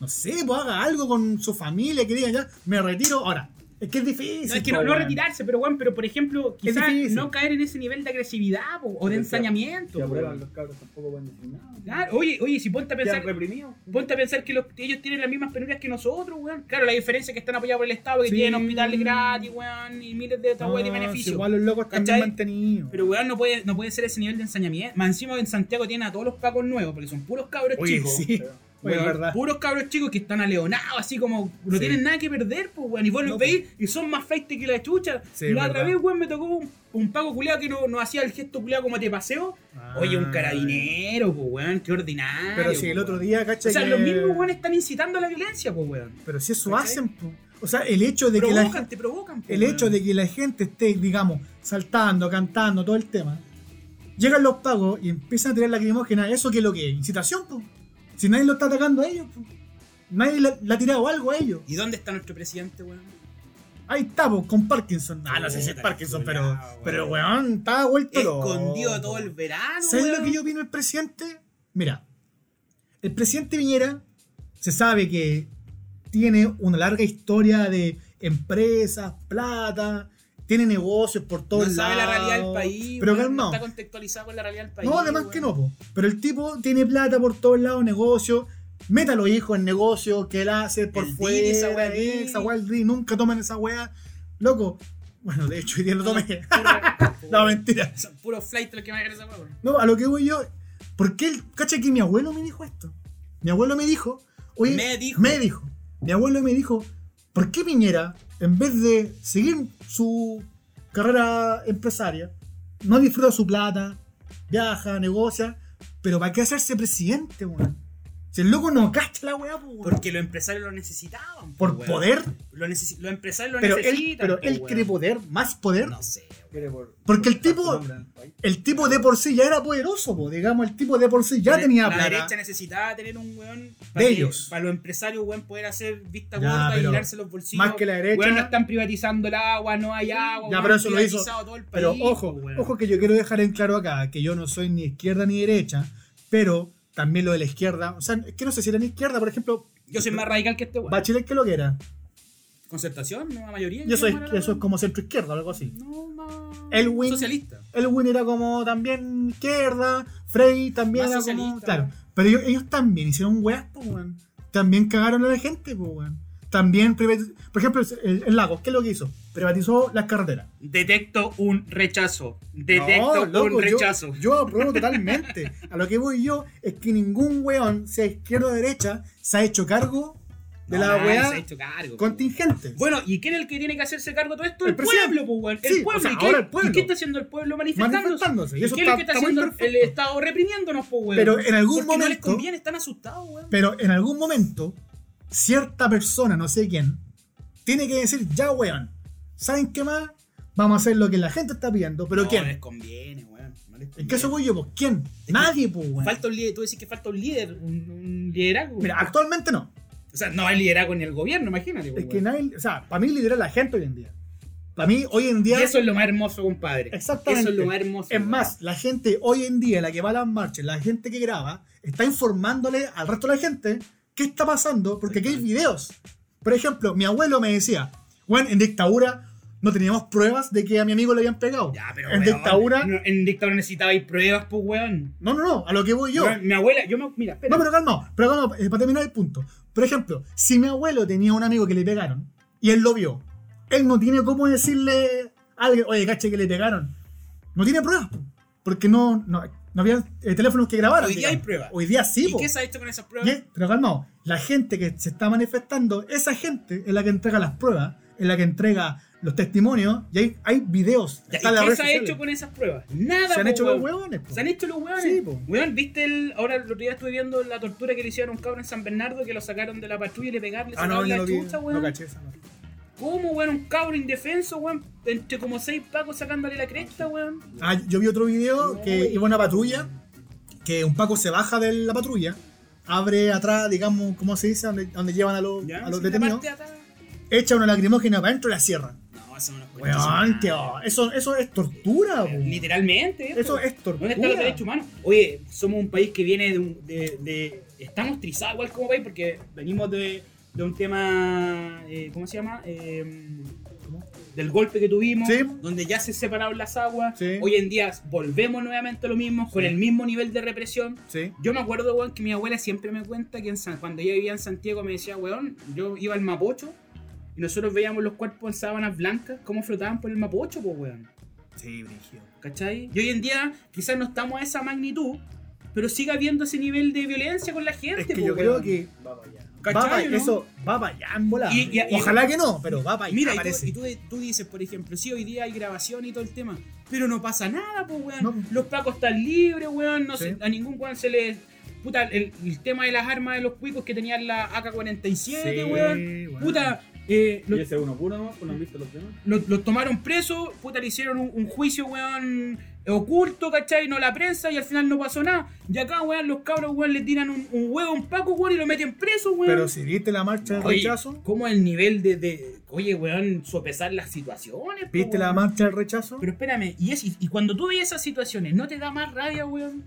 Speaker 3: No sé, pues haga algo con su familia, que diga ya, me retiro. Ahora, es que es difícil.
Speaker 4: No, es que
Speaker 3: po,
Speaker 4: no, no
Speaker 3: weón.
Speaker 4: retirarse, pero bueno, pero por ejemplo,
Speaker 3: Es
Speaker 4: quizás
Speaker 3: difícil.
Speaker 4: no caer en ese nivel de agresividad po, o de ensañamiento. po, weón.
Speaker 5: cabros tampoco pueden decir nada.
Speaker 4: Claro, oye, oye, si ponte a pensar,
Speaker 5: reprimidos.
Speaker 4: ponte a pensar que los- ellos tienen las mismas penurias que nosotros, weón. Claro, la diferencia es que están apoyados por el Estado, que
Speaker 3: Sí.
Speaker 4: tienen hospitales gratis, weón, y miles de
Speaker 3: No,
Speaker 4: otras weas de
Speaker 3: si
Speaker 4: beneficios.
Speaker 3: Igual los locos también
Speaker 4: ¿Cachai?
Speaker 3: mantenidos.
Speaker 4: Pero weón, no puede, no puede ser ese nivel de ensañamiento. Más encima en Santiago tienen a todos los pacos nuevos, porque son puros cabros
Speaker 3: Oye,
Speaker 4: chicos.
Speaker 3: sí. Oye,
Speaker 4: Weón,
Speaker 3: es verdad.
Speaker 4: Puros cabros chicos que están aleonados, así como no
Speaker 3: Sí.
Speaker 4: tienen nada que perder, pues, weón. Y vos
Speaker 3: No,
Speaker 4: los veis y son más feites que la chucha.
Speaker 3: Sí,
Speaker 4: la otra
Speaker 3: verdad.
Speaker 4: vez, weón, me tocó un, un pago culeado que no, no hacía el gesto culeado como te paseo. Oye, un
Speaker 3: Ah,
Speaker 4: carabinero, pues, weón, qué ordinario.
Speaker 3: Pero si el
Speaker 4: pues,
Speaker 3: otro
Speaker 4: weón.
Speaker 3: día,
Speaker 4: O
Speaker 3: ¿cachai?
Speaker 4: sea,
Speaker 3: que-
Speaker 4: los mismos, weón, están incitando a la violencia, pues, weón.
Speaker 3: Pero si eso
Speaker 4: ¿Cachai?
Speaker 3: hacen, po. o sea, el hecho de que
Speaker 4: Provocan,
Speaker 3: la,
Speaker 4: te provocan, pues,
Speaker 3: el hecho
Speaker 4: weón.
Speaker 3: de que la gente esté, digamos, saltando, cantando, todo el tema, llegan los pagos y empiezan a tirar lacrimógena, eso que es lo que es, incitación, po. si nadie lo está atacando a ellos, po. nadie le, le ha tirado algo a ellos.
Speaker 4: ¿Y dónde está nuestro presidente, weón?
Speaker 3: Ahí está, po, con Parkinson. Ah, no sé si es
Speaker 4: Puta,
Speaker 3: Parkinson,
Speaker 4: chulada,
Speaker 3: pero, pero
Speaker 4: weón.
Speaker 3: weón, está vuelto
Speaker 4: Escondido
Speaker 3: loco.
Speaker 4: todo el verano,
Speaker 3: ¿Sabes
Speaker 4: weón.
Speaker 3: lo que yo opino del presidente? Mira, el presidente Piñera se sabe que tiene una larga historia de empresas, plata, tiene negocios por todos
Speaker 4: No sabe la
Speaker 3: lados.
Speaker 4: realidad del país,
Speaker 3: Pero
Speaker 4: weón,
Speaker 3: calmado.
Speaker 4: No está contextualizado con la realidad del país.
Speaker 3: No, además
Speaker 4: weón.
Speaker 3: que no, po. pero el tipo tiene plata por todos lados, negocio. Meta a los hijos en negocio que él hace por
Speaker 4: El DIN,
Speaker 3: fuera,
Speaker 4: esa weá del
Speaker 3: eh,
Speaker 4: DIN.
Speaker 3: esa weá del DIN, nunca tomen esa weá. Loco, bueno, de hecho hoy día lo tomé. No,
Speaker 4: No,
Speaker 3: mentira.
Speaker 4: Son puros flight los que van a esa weón.
Speaker 3: No, a lo que voy yo, ¿por qué? el- Cacha que mi abuelo me dijo esto. Mi abuelo me dijo, oye,
Speaker 4: Me dijo.
Speaker 3: me dijo. Mi abuelo me dijo, ¿por qué Piñera, en vez de seguir su carrera empresaria, no disfruta su plata, viaja, negocia, pero ¿para qué hacerse presidente, weón? Si el loco no cacha la weá, pues, weón.
Speaker 4: Porque los empresarios lo necesitaban.
Speaker 3: Por
Speaker 4: pues, weón.
Speaker 3: poder.
Speaker 4: Lo necesi- los empresarios lo
Speaker 3: Pero él,
Speaker 4: necesitan.
Speaker 3: pero
Speaker 4: pues,
Speaker 3: él
Speaker 4: weón.
Speaker 3: quiere poder, más poder.
Speaker 4: No sé. weón.
Speaker 3: Porque el tipo, el tipo de por sí ya era poderoso, po. digamos, el tipo de por sí ya
Speaker 4: La-
Speaker 3: tenía
Speaker 4: La
Speaker 3: plata.
Speaker 4: derecha necesitaba tener un weón.
Speaker 3: De
Speaker 4: que-
Speaker 3: ellos.
Speaker 4: Para los empresarios, weón, poder hacer vista
Speaker 3: Ya,
Speaker 4: corta y
Speaker 3: pero
Speaker 4: llenarse los bolsillos.
Speaker 3: Más que la derecha.
Speaker 4: Weón, no están privatizando el agua, no hay agua.
Speaker 3: Ya,
Speaker 4: weón,
Speaker 3: pero eso lo hizo.
Speaker 4: privatizado todo el
Speaker 3: Pero
Speaker 4: país,
Speaker 3: ojo,
Speaker 4: weón.
Speaker 3: ojo que yo quiero dejar en claro acá que yo no soy ni izquierda ni derecha, pero también lo de la izquierda, o sea, es que no sé si era ni izquierda, por ejemplo,
Speaker 4: Yo soy más radical que este weón.
Speaker 3: Bachelet que lo que era.
Speaker 4: Concertación, no, la mayoría.
Speaker 3: Y eso es,
Speaker 4: no,
Speaker 3: y eso es como centro izquierda o algo así.
Speaker 4: No, más.
Speaker 3: El win-
Speaker 4: Socialista.
Speaker 3: Elwin era como también izquierda, Frey también
Speaker 4: Más
Speaker 3: era como.
Speaker 4: socialista,
Speaker 3: Claro.
Speaker 4: weón.
Speaker 3: Pero ellos, ellos también hicieron weas, po, weón. También cagaron a la gente, po, weón. También privatiz- Por ejemplo, el, el lago, ¿qué es lo que hizo? Privatizó las carreteras.
Speaker 4: Detecto un rechazo. Detecto
Speaker 3: loco,
Speaker 4: un
Speaker 3: yo-
Speaker 4: rechazo.
Speaker 3: Yo, apruebo totalmente. A lo que voy yo es que ningún weón, sea izquierda o derecha, se ha hecho cargo de
Speaker 4: No,
Speaker 3: la
Speaker 4: nadie se ha
Speaker 3: wea
Speaker 4: hecho cargo,
Speaker 3: contingente.
Speaker 4: po, weón. Bueno, ¿y quién es el que tiene que hacerse cargo de todo esto?
Speaker 3: El
Speaker 4: El,
Speaker 3: presidente.
Speaker 4: pueblo, pues, weón.
Speaker 3: Sí,
Speaker 4: El pueblo.
Speaker 3: o sea,
Speaker 4: ¿Y qué,
Speaker 3: ahora el
Speaker 4: y
Speaker 3: pueblo.
Speaker 4: qué está haciendo el pueblo manifestándose?
Speaker 3: Manifestándose, y
Speaker 4: ¿Y
Speaker 3: eso
Speaker 4: qué es lo
Speaker 3: está-
Speaker 4: que está,
Speaker 3: está muy
Speaker 4: haciendo el
Speaker 3: perfecto.
Speaker 4: Estado reprimiéndonos, pues, weón?
Speaker 3: Pero en algún
Speaker 4: Porque no les
Speaker 3: momento-
Speaker 4: conviene, están asustados, weón.
Speaker 3: Pero en algún momento, cierta persona, no sé quién, tiene que decir, ya weón, ¿saben qué más? Vamos a hacer lo que la gente está pidiendo, pero
Speaker 4: no eh,
Speaker 3: ¿quién?
Speaker 4: les conviene, weón. No les
Speaker 3: ¿En
Speaker 4: conviene.
Speaker 3: qué eso voy yo? Pues, ¿Quién? Nadie, pues, weón.
Speaker 4: Falta un líder, tú decís que falta un líder, un, un liderazgo.
Speaker 3: Mira, actualmente no.
Speaker 4: o sea, no hay liderazgo en el gobierno, imagínate.
Speaker 3: Es
Speaker 4: weón.
Speaker 3: que nadie, o sea, para mí lidera la gente hoy en día. Para mí hoy en
Speaker 4: Y
Speaker 3: día...
Speaker 4: eso es lo más hermoso, compadre.
Speaker 3: Exactamente.
Speaker 4: Eso es lo más hermoso.
Speaker 3: Es
Speaker 4: weón.
Speaker 3: más, la gente hoy en día, la que va a las marchas, la gente que graba, está informándole al resto de la gente qué está pasando, porque aquí hay videos. Por ejemplo, mi abuelo me decía, bueno, en dictadura no teníamos pruebas de que a mi amigo le habían pegado.
Speaker 4: Ya, pero,
Speaker 3: en
Speaker 4: weón,
Speaker 3: dictadura...
Speaker 4: no, en dictadura necesitaba ir pruebas, pues, weón.
Speaker 3: No, no, no, a lo que voy yo.
Speaker 4: Weón, Mi abuela, yo me. Mira, espera.
Speaker 3: No, pero calma, pero calma, eh, para terminar el punto. Por ejemplo, si mi abuelo tenía un amigo que le pegaron y él lo vio, él no tiene cómo decirle a alguien, oye, caché que le pegaron. No tiene pruebas, po, porque no, no, no había eh, teléfonos que grabaran.
Speaker 4: Hoy día
Speaker 3: digamos.
Speaker 4: hay pruebas.
Speaker 3: Hoy día sí,
Speaker 4: ¿Y
Speaker 3: po.
Speaker 4: qué se ha hecho con esas
Speaker 3: Y
Speaker 4: pruebas?
Speaker 3: es- pero calma, la gente que se está manifestando, esa gente es la que entrega las pruebas, es la que entrega los testimonios y hay, hay videos.
Speaker 4: Ya,
Speaker 3: está en
Speaker 4: ¿Y
Speaker 3: las redes
Speaker 4: qué se ha
Speaker 3: sociales.
Speaker 4: hecho con esas pruebas? Nada.
Speaker 3: Se han
Speaker 4: po,
Speaker 3: hecho los
Speaker 4: weón.
Speaker 3: huevones. po.
Speaker 4: Se han hecho los hueones.
Speaker 3: Sí, po.
Speaker 4: Weón, viste el. Ahora el otro día estuve viendo la tortura que le hicieron a un cabrón en San Bernardo que lo sacaron de la patrulla y le pegaron, le
Speaker 3: Ah, no,
Speaker 4: sacaron
Speaker 3: yo
Speaker 4: la
Speaker 3: no vi-
Speaker 4: chucha,
Speaker 3: no
Speaker 4: weón.
Speaker 3: caché esa, no.
Speaker 4: ¿Cómo, weón? Un cabro indefenso, weón. Entre como seis pacos sacándole la cresta, weón.
Speaker 3: Ah, yo vi otro video que iba una patrulla, que un Paco se baja de la patrulla, abre atrás, digamos, ¿cómo se dice? Donde, donde llevan a los,
Speaker 4: Ya,
Speaker 3: a los
Speaker 4: sí, la
Speaker 3: detenidos,
Speaker 4: parte de atrás.
Speaker 3: echa una lacrimógena para adentro y la cierra.
Speaker 4: No, eso no lo cuento, eso
Speaker 3: Weón,
Speaker 4: no.
Speaker 3: tío, eso, eso es tortura, weón.
Speaker 4: Literalmente. ¿eh?
Speaker 3: Eso es tortura.
Speaker 4: ¿Dónde están los derechos humanos? Oye, somos un país que viene de. un- de- de- estamos trizados igual como país porque venimos de, de un tema. eh, ¿Cómo se llama? Eh, del golpe que tuvimos,
Speaker 3: Sí.
Speaker 4: donde ya se separaron las aguas.
Speaker 3: Sí.
Speaker 4: Hoy en día volvemos nuevamente a lo mismo, con
Speaker 3: Sí.
Speaker 4: el mismo nivel de represión.
Speaker 3: Sí.
Speaker 4: Yo me acuerdo, weón, que mi abuela siempre me cuenta que en San- cuando ella vivía en Santiago me decía, weón, yo iba al Mapocho y nosotros veíamos los cuerpos en sábanas blancas, cómo flotaban por el Mapocho, pues, weón.
Speaker 3: Sí, brígido.
Speaker 4: ¿Cachai? Y hoy en día quizás no estamos a esa magnitud, pero sigue habiendo ese nivel de violencia con la gente.
Speaker 3: Es que
Speaker 4: po,
Speaker 3: yo creo
Speaker 4: Este weón.
Speaker 3: que va
Speaker 4: ¿Cachai,
Speaker 3: pa-
Speaker 4: no?
Speaker 3: eso va para allá en volada.
Speaker 4: Y- y- y-
Speaker 3: Ojalá que no, pero va para allá.
Speaker 4: Mira, y, tú,
Speaker 3: parece.
Speaker 4: y tú, tú dices, por ejemplo, sí, hoy día hay grabación y todo el tema, pero no pasa nada, pues, weón.
Speaker 3: No.
Speaker 4: Los pacos están libres, weón. No
Speaker 3: Sí.
Speaker 4: se- a ningún weón se les. Puta, el, el tema de las armas de los cuicos que tenían la AK-47,
Speaker 3: Sí,
Speaker 4: weón.
Speaker 3: weón.
Speaker 4: Puta, eh, los,
Speaker 5: Y ese uno puro nomás, pues no han visto los demás.
Speaker 4: los- los tomaron presos, puta, le hicieron un, un juicio, weón, oculto, ¿cachai? No la prensa y al final no pasó nada. Y acá, weón, los cabros, weón, le tiran un, un huevo a un paco, weón, y lo meten preso, weón.
Speaker 3: Pero si viste la marcha del
Speaker 4: Oye,
Speaker 3: rechazo,
Speaker 4: ¿Cómo el nivel de, de- Oye, weón, sopesar las situaciones, po,
Speaker 3: viste la
Speaker 4: weón?
Speaker 3: marcha del rechazo.
Speaker 4: Pero espérame, y, es, y, y cuando tú ves esas situaciones, ¿no te da más rabia, weón?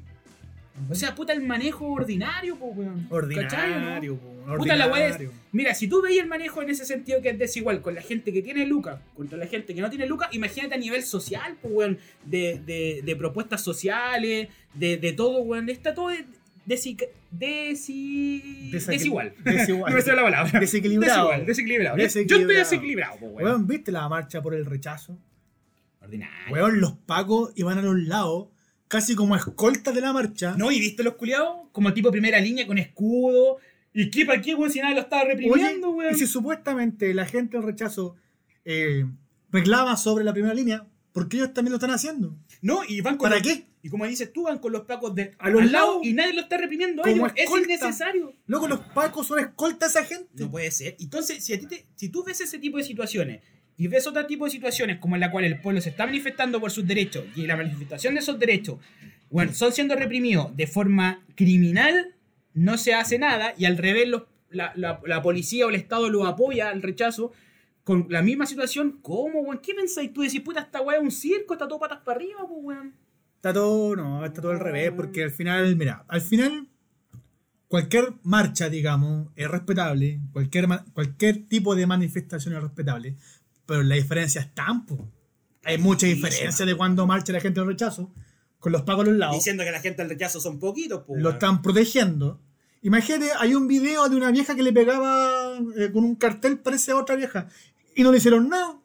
Speaker 4: O sea, puta, el manejo ordinario, po, weón. ¿Cachai, o no?
Speaker 3: Ordinario, po, ordinario.
Speaker 4: Puta, la weá es- Mira, si tú veis el manejo en ese sentido que es desigual con la gente que tiene lucas contra la gente que no tiene lucas, imagínate a nivel social, pues, weón, de, de, de propuestas sociales, de, de todo, weón. Está todo de- desi- desi-
Speaker 3: Desequil-
Speaker 4: desigual.
Speaker 3: desigual.
Speaker 4: No me sale la palabra.
Speaker 3: Desequilibrado.
Speaker 4: Desigual, desequilibrado. Yo
Speaker 3: Desequilibrado.
Speaker 4: estoy desequilibrado, pues, weón.
Speaker 3: Weón, ¿viste la marcha por el rechazo?
Speaker 4: Ordinario.
Speaker 3: Weón, los pacos iban a los lados, casi como escoltas de la marcha.
Speaker 4: ¿No? ¿Y viste los culiados? Como tipo primera línea con escudo. ¿Y qué para qué, weón? Si nadie lo estaba
Speaker 3: Oye,
Speaker 4: reprimiendo, weón.
Speaker 3: y si supuestamente la gente del rechazo eh, reclama sobre la primera línea, Porque ellos también lo están haciendo.
Speaker 4: No, y van con
Speaker 3: ¿Para
Speaker 4: los-
Speaker 3: qué?
Speaker 4: Y como dices tú, van con los pacos de
Speaker 3: A los
Speaker 4: al lado,
Speaker 3: lados.
Speaker 4: y nadie lo está reprimiendo a
Speaker 3: Como
Speaker 4: ellos. Es
Speaker 3: escolta.
Speaker 4: innecesario.
Speaker 3: Luego los pacos son escolta a esa gente.
Speaker 4: No puede ser. Entonces, si, a ti te- si tú ves ese tipo de situaciones y ves otro tipo de situaciones como en la cual el pueblo se está manifestando por sus derechos y la manifestación de esos derechos bueno, son siendo reprimidos de forma criminal, no se hace nada y al revés los- la, la- la policía o el Estado lo apoya al rechazo con la misma situación. ¿Cómo, weón? ¿Qué pensáis tú? Decís, puta, esta weá es un circo, está todo patas para arriba, pues, weón.
Speaker 3: Está todo, no, está todo al revés, porque al final, mira, al final cualquier marcha, digamos, es respetable, cualquier, ma- cualquier tipo de manifestación es respetable, pero la diferencia es tan, po. Hay mucha diferencia de cuando marcha la gente del rechazo, con los pagos a los lados,
Speaker 4: Diciendo que la gente del rechazo son poquitos, pues.
Speaker 3: lo
Speaker 4: weón.
Speaker 3: están protegiendo. Imagínate, hay un video de una vieja que le pegaba eh, con un cartel, parece a otra vieja, y no le hicieron nada.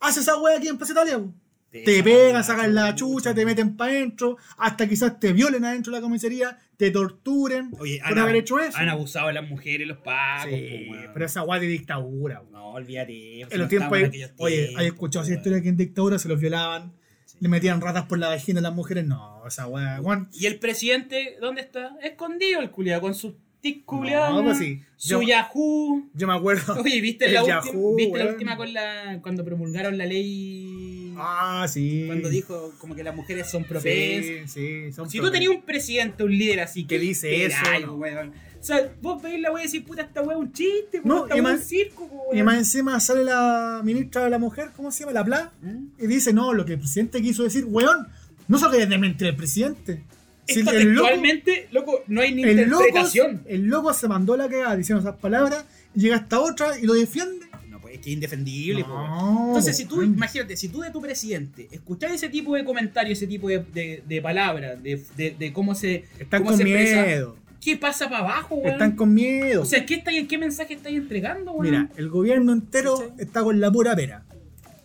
Speaker 3: Hace esa wea aquí en Plaza Italia, po. Te pegan, sacan la chucha, te meten para adentro, hasta quizás te violen adentro de la comisaría, te torturen
Speaker 4: Oye,
Speaker 3: por
Speaker 4: han,
Speaker 3: haber hecho eso.
Speaker 4: han abusado de las mujeres, los pagos.
Speaker 3: Sí, pero esa guay de dictadura. weón.
Speaker 4: No, olvídate.
Speaker 3: En los tiempos, oye,
Speaker 4: pues,
Speaker 3: ¿hay escuchado esa historia que en dictadura se los violaban, le metían ratas por la vagina a las mujeres? No, esa guay, Juan.
Speaker 4: ¿Y el presidente dónde está? Escondido el culiado, con sus tics
Speaker 3: No,
Speaker 4: culiados.
Speaker 3: pues sí.
Speaker 4: Su
Speaker 3: Yo-
Speaker 4: Yahoo.
Speaker 3: Yo me acuerdo.
Speaker 4: Oye, ¿viste,
Speaker 3: El
Speaker 4: la,
Speaker 3: Yahoo,
Speaker 4: última, ¿viste la
Speaker 3: weón.
Speaker 4: última con la cuando promulgaron la ley?
Speaker 3: Ah, sí.
Speaker 4: Cuando dijo como que las mujeres son propensas.
Speaker 3: Sí, sí, son
Speaker 4: Si tú tenías un presidente, un líder así
Speaker 3: Que
Speaker 4: ¿qué
Speaker 3: dice eso,
Speaker 4: esperáis,
Speaker 3: no?
Speaker 4: weón? O sea, vos veis la wea y decís, puta, esta wea es un chiste, puta,
Speaker 3: No,
Speaker 4: esta
Speaker 3: y
Speaker 4: wea es
Speaker 3: más-
Speaker 4: un circo, po,
Speaker 3: Y
Speaker 4: weón.
Speaker 3: más encima sale la ministra de la mujer, ¿cómo se llama? La Pla.
Speaker 4: ¿Mm?
Speaker 3: Y dice, no, lo que el presidente quiso decir, weón, no solo que es de mentir el presidente. Si
Speaker 4: Esto
Speaker 3: el, loco,
Speaker 4: textualmente, loco, no hay ni
Speaker 3: el, loco,
Speaker 4: interpretación.
Speaker 3: el loco se mandó la cagada diciendo esas palabras, y llega esta otra y lo defiende.
Speaker 4: No, pues es que es indefendible. po, weón.
Speaker 3: No,
Speaker 4: Entonces, si tú,
Speaker 3: weón.
Speaker 4: imagínate, si tú de tu presidente escuchás ese tipo de comentarios, ese tipo de, de, de palabras, de, de- de cómo se.
Speaker 3: Están
Speaker 4: cómo
Speaker 3: con
Speaker 4: se expresa,
Speaker 3: miedo.
Speaker 4: ¿Qué pasa para abajo, weón?
Speaker 3: Están con miedo.
Speaker 4: O sea, ¿qué, estáis- qué mensaje estáis entregando, weón?
Speaker 3: Mira, el gobierno entero está con la pura pera.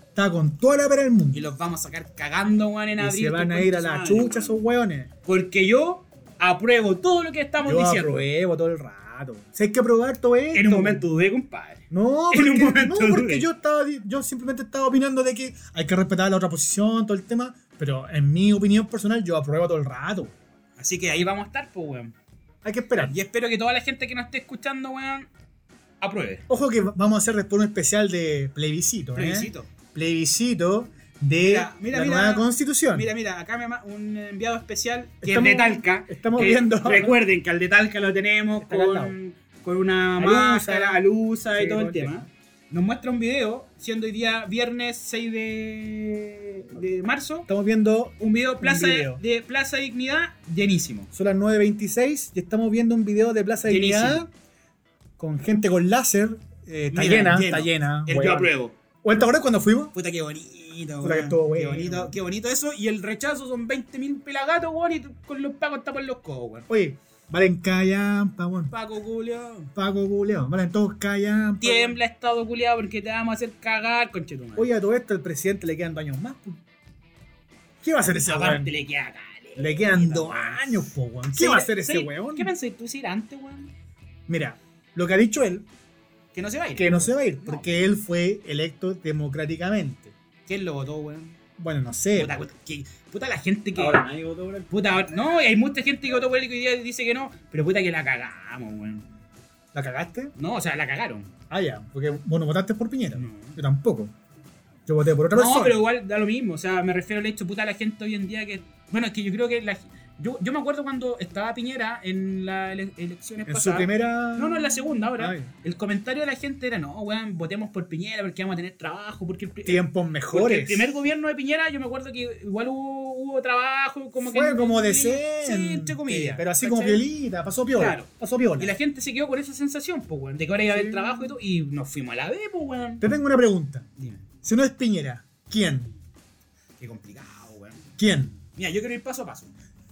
Speaker 3: Está con toda la pera del mundo.
Speaker 4: Y
Speaker 3: Y,
Speaker 4: los vamos a sacar cagando, weón, en abril.
Speaker 3: se
Speaker 4: tu
Speaker 3: van a
Speaker 4: concha
Speaker 3: ir a
Speaker 4: su
Speaker 3: la
Speaker 4: madre,
Speaker 3: chucha
Speaker 4: weón.
Speaker 3: esos weones.
Speaker 4: Porque yo apruebo todo lo que estamos
Speaker 3: Yo
Speaker 4: diciendo. eh,
Speaker 3: apruebo todo el rato. Si hay que aprobar todo esto.
Speaker 4: En un momento dudé, compadre.
Speaker 3: No,
Speaker 4: En
Speaker 3: porque,
Speaker 4: un momento
Speaker 3: no, porque
Speaker 4: dudé.
Speaker 3: yo estaba, di- yo simplemente estaba opinando de que hay que respetar la otra posición, todo el tema, pero en mi opinión personal yo apruebo todo el rato.
Speaker 4: Así que ahí vamos a estar, pues, weón.
Speaker 3: Hay que esperar.
Speaker 4: Y espero que toda la gente que nos esté escuchando, weón, apruebe.
Speaker 3: Ojo que va- vamos a hacer después un especial de plebiscito, ¿eh?
Speaker 4: Plebiscito.
Speaker 3: Plebiscito de
Speaker 4: Mira, mira,
Speaker 3: la
Speaker 4: mira.
Speaker 3: nueva constitución.
Speaker 4: Mira, mira, acá me ma- un enviado especial que
Speaker 3: Estamos-
Speaker 4: es de Talca.
Speaker 3: estamos
Speaker 4: que
Speaker 3: viendo-
Speaker 4: Recuerden que al de Talca lo tenemos
Speaker 3: Está acá al
Speaker 4: con, con una
Speaker 3: Alusa.
Speaker 4: máscara, alusa
Speaker 3: Sí,
Speaker 4: y todo
Speaker 3: todo
Speaker 4: el
Speaker 3: el
Speaker 4: tema. Nos muestra un video, siendo hoy día viernes 6 de, de marzo.
Speaker 3: Estamos viendo,
Speaker 4: Un video, Plaza,
Speaker 3: video.
Speaker 4: de Plaza Dignidad llenísimo.
Speaker 3: son las 9.26 y estamos viendo un video de Plaza de
Speaker 4: Llenísimo.
Speaker 3: Dignidad con gente con láser. Eh, está
Speaker 4: Mira,
Speaker 3: llena,
Speaker 4: lleno.
Speaker 3: está llena.
Speaker 4: El yo
Speaker 3: weón.
Speaker 4: apruebo.
Speaker 3: Weón, ¿Te acuerdas cuando fuimos?
Speaker 4: Puta, qué
Speaker 3: Puta,
Speaker 4: bonito,
Speaker 3: que
Speaker 4: weón.
Speaker 3: estuvo
Speaker 4: Qué
Speaker 3: bueno.
Speaker 4: bonito, qué bonito eso. Y el rechazo son 20.000 pelagatos, weón, y tú- con los pagos tapan los codos, weón.
Speaker 3: Oye, valen callampa, weón.
Speaker 4: Paco, Julio.
Speaker 3: Paco Culeón, vale, todos callan.
Speaker 4: Tiembla, estado culiado, porque te vamos a hacer cagar, conchetumare.
Speaker 3: Oye, a todo esto el presidente le quedan dos años más. po. ¿Qué va a hacer ese weón?
Speaker 4: aparte
Speaker 3: Le,
Speaker 4: le queda caleta.
Speaker 3: quedan
Speaker 4: weón.
Speaker 3: dos años, po, weón. ¿Qué
Speaker 4: Sí,
Speaker 3: va a hacer
Speaker 4: sí.
Speaker 3: ese weón?
Speaker 4: ¿Qué pensáis tú si ir antes, weón?
Speaker 3: Mira, lo que ha dicho él,
Speaker 4: Que no se va a ir.
Speaker 3: que no se va a ir,
Speaker 4: No.
Speaker 3: porque él fue electo democráticamente.
Speaker 4: ¿Quién lo votó, weón?
Speaker 3: Bueno, no sé.
Speaker 4: Puta, puta, que- puta la gente que.
Speaker 5: Ahora nadie votó por él.
Speaker 4: Puta, ahora- no, hay mucha gente que votó por él y que hoy día dice que no, pero puta que la cagamos, weón.
Speaker 3: ¿La cagaste?
Speaker 4: No, o sea, la cagaron.
Speaker 3: Ah, ya, porque bueno, votaste por Piñera.
Speaker 4: No.
Speaker 3: Yo tampoco. Yo voté por otra
Speaker 4: No,
Speaker 3: persona.
Speaker 4: pero igual da lo mismo. O sea, me refiero al hecho, puta, la gente hoy en día que. Bueno, es que yo creo que la. Yo, yo me acuerdo cuando estaba Piñera en las ele- elecciones
Speaker 3: en su
Speaker 4: pasadas.
Speaker 3: primera.
Speaker 4: No, no, en la segunda ahora.
Speaker 3: Ay.
Speaker 4: El comentario de la gente era, no, weón, votemos por Piñera porque vamos a tener trabajo, porque el, pri-
Speaker 3: Tiempos
Speaker 4: porque el
Speaker 3: mejores.
Speaker 4: primer gobierno de Piñera yo me acuerdo que igual hubo, hubo trabajo, como
Speaker 3: Fue
Speaker 4: que...
Speaker 3: como
Speaker 4: Sí,
Speaker 3: decente.
Speaker 4: entre comillas.
Speaker 3: Pero así
Speaker 4: ¿cachai?
Speaker 3: como violita, pasó piola.
Speaker 4: Claro.
Speaker 3: Pasó piola.
Speaker 4: Y la gente se quedó con esa sensación, pues, weón, de que ahora iba a haber
Speaker 3: Sí.
Speaker 4: trabajo y todo, y nos fuimos a la B, pues, weón.
Speaker 3: Te tengo una pregunta.
Speaker 4: Dime,
Speaker 3: Si no es Piñera, ¿quién?
Speaker 4: qué complicado, weón.
Speaker 3: ¿Quién?
Speaker 4: Mira, yo quiero ir paso a paso.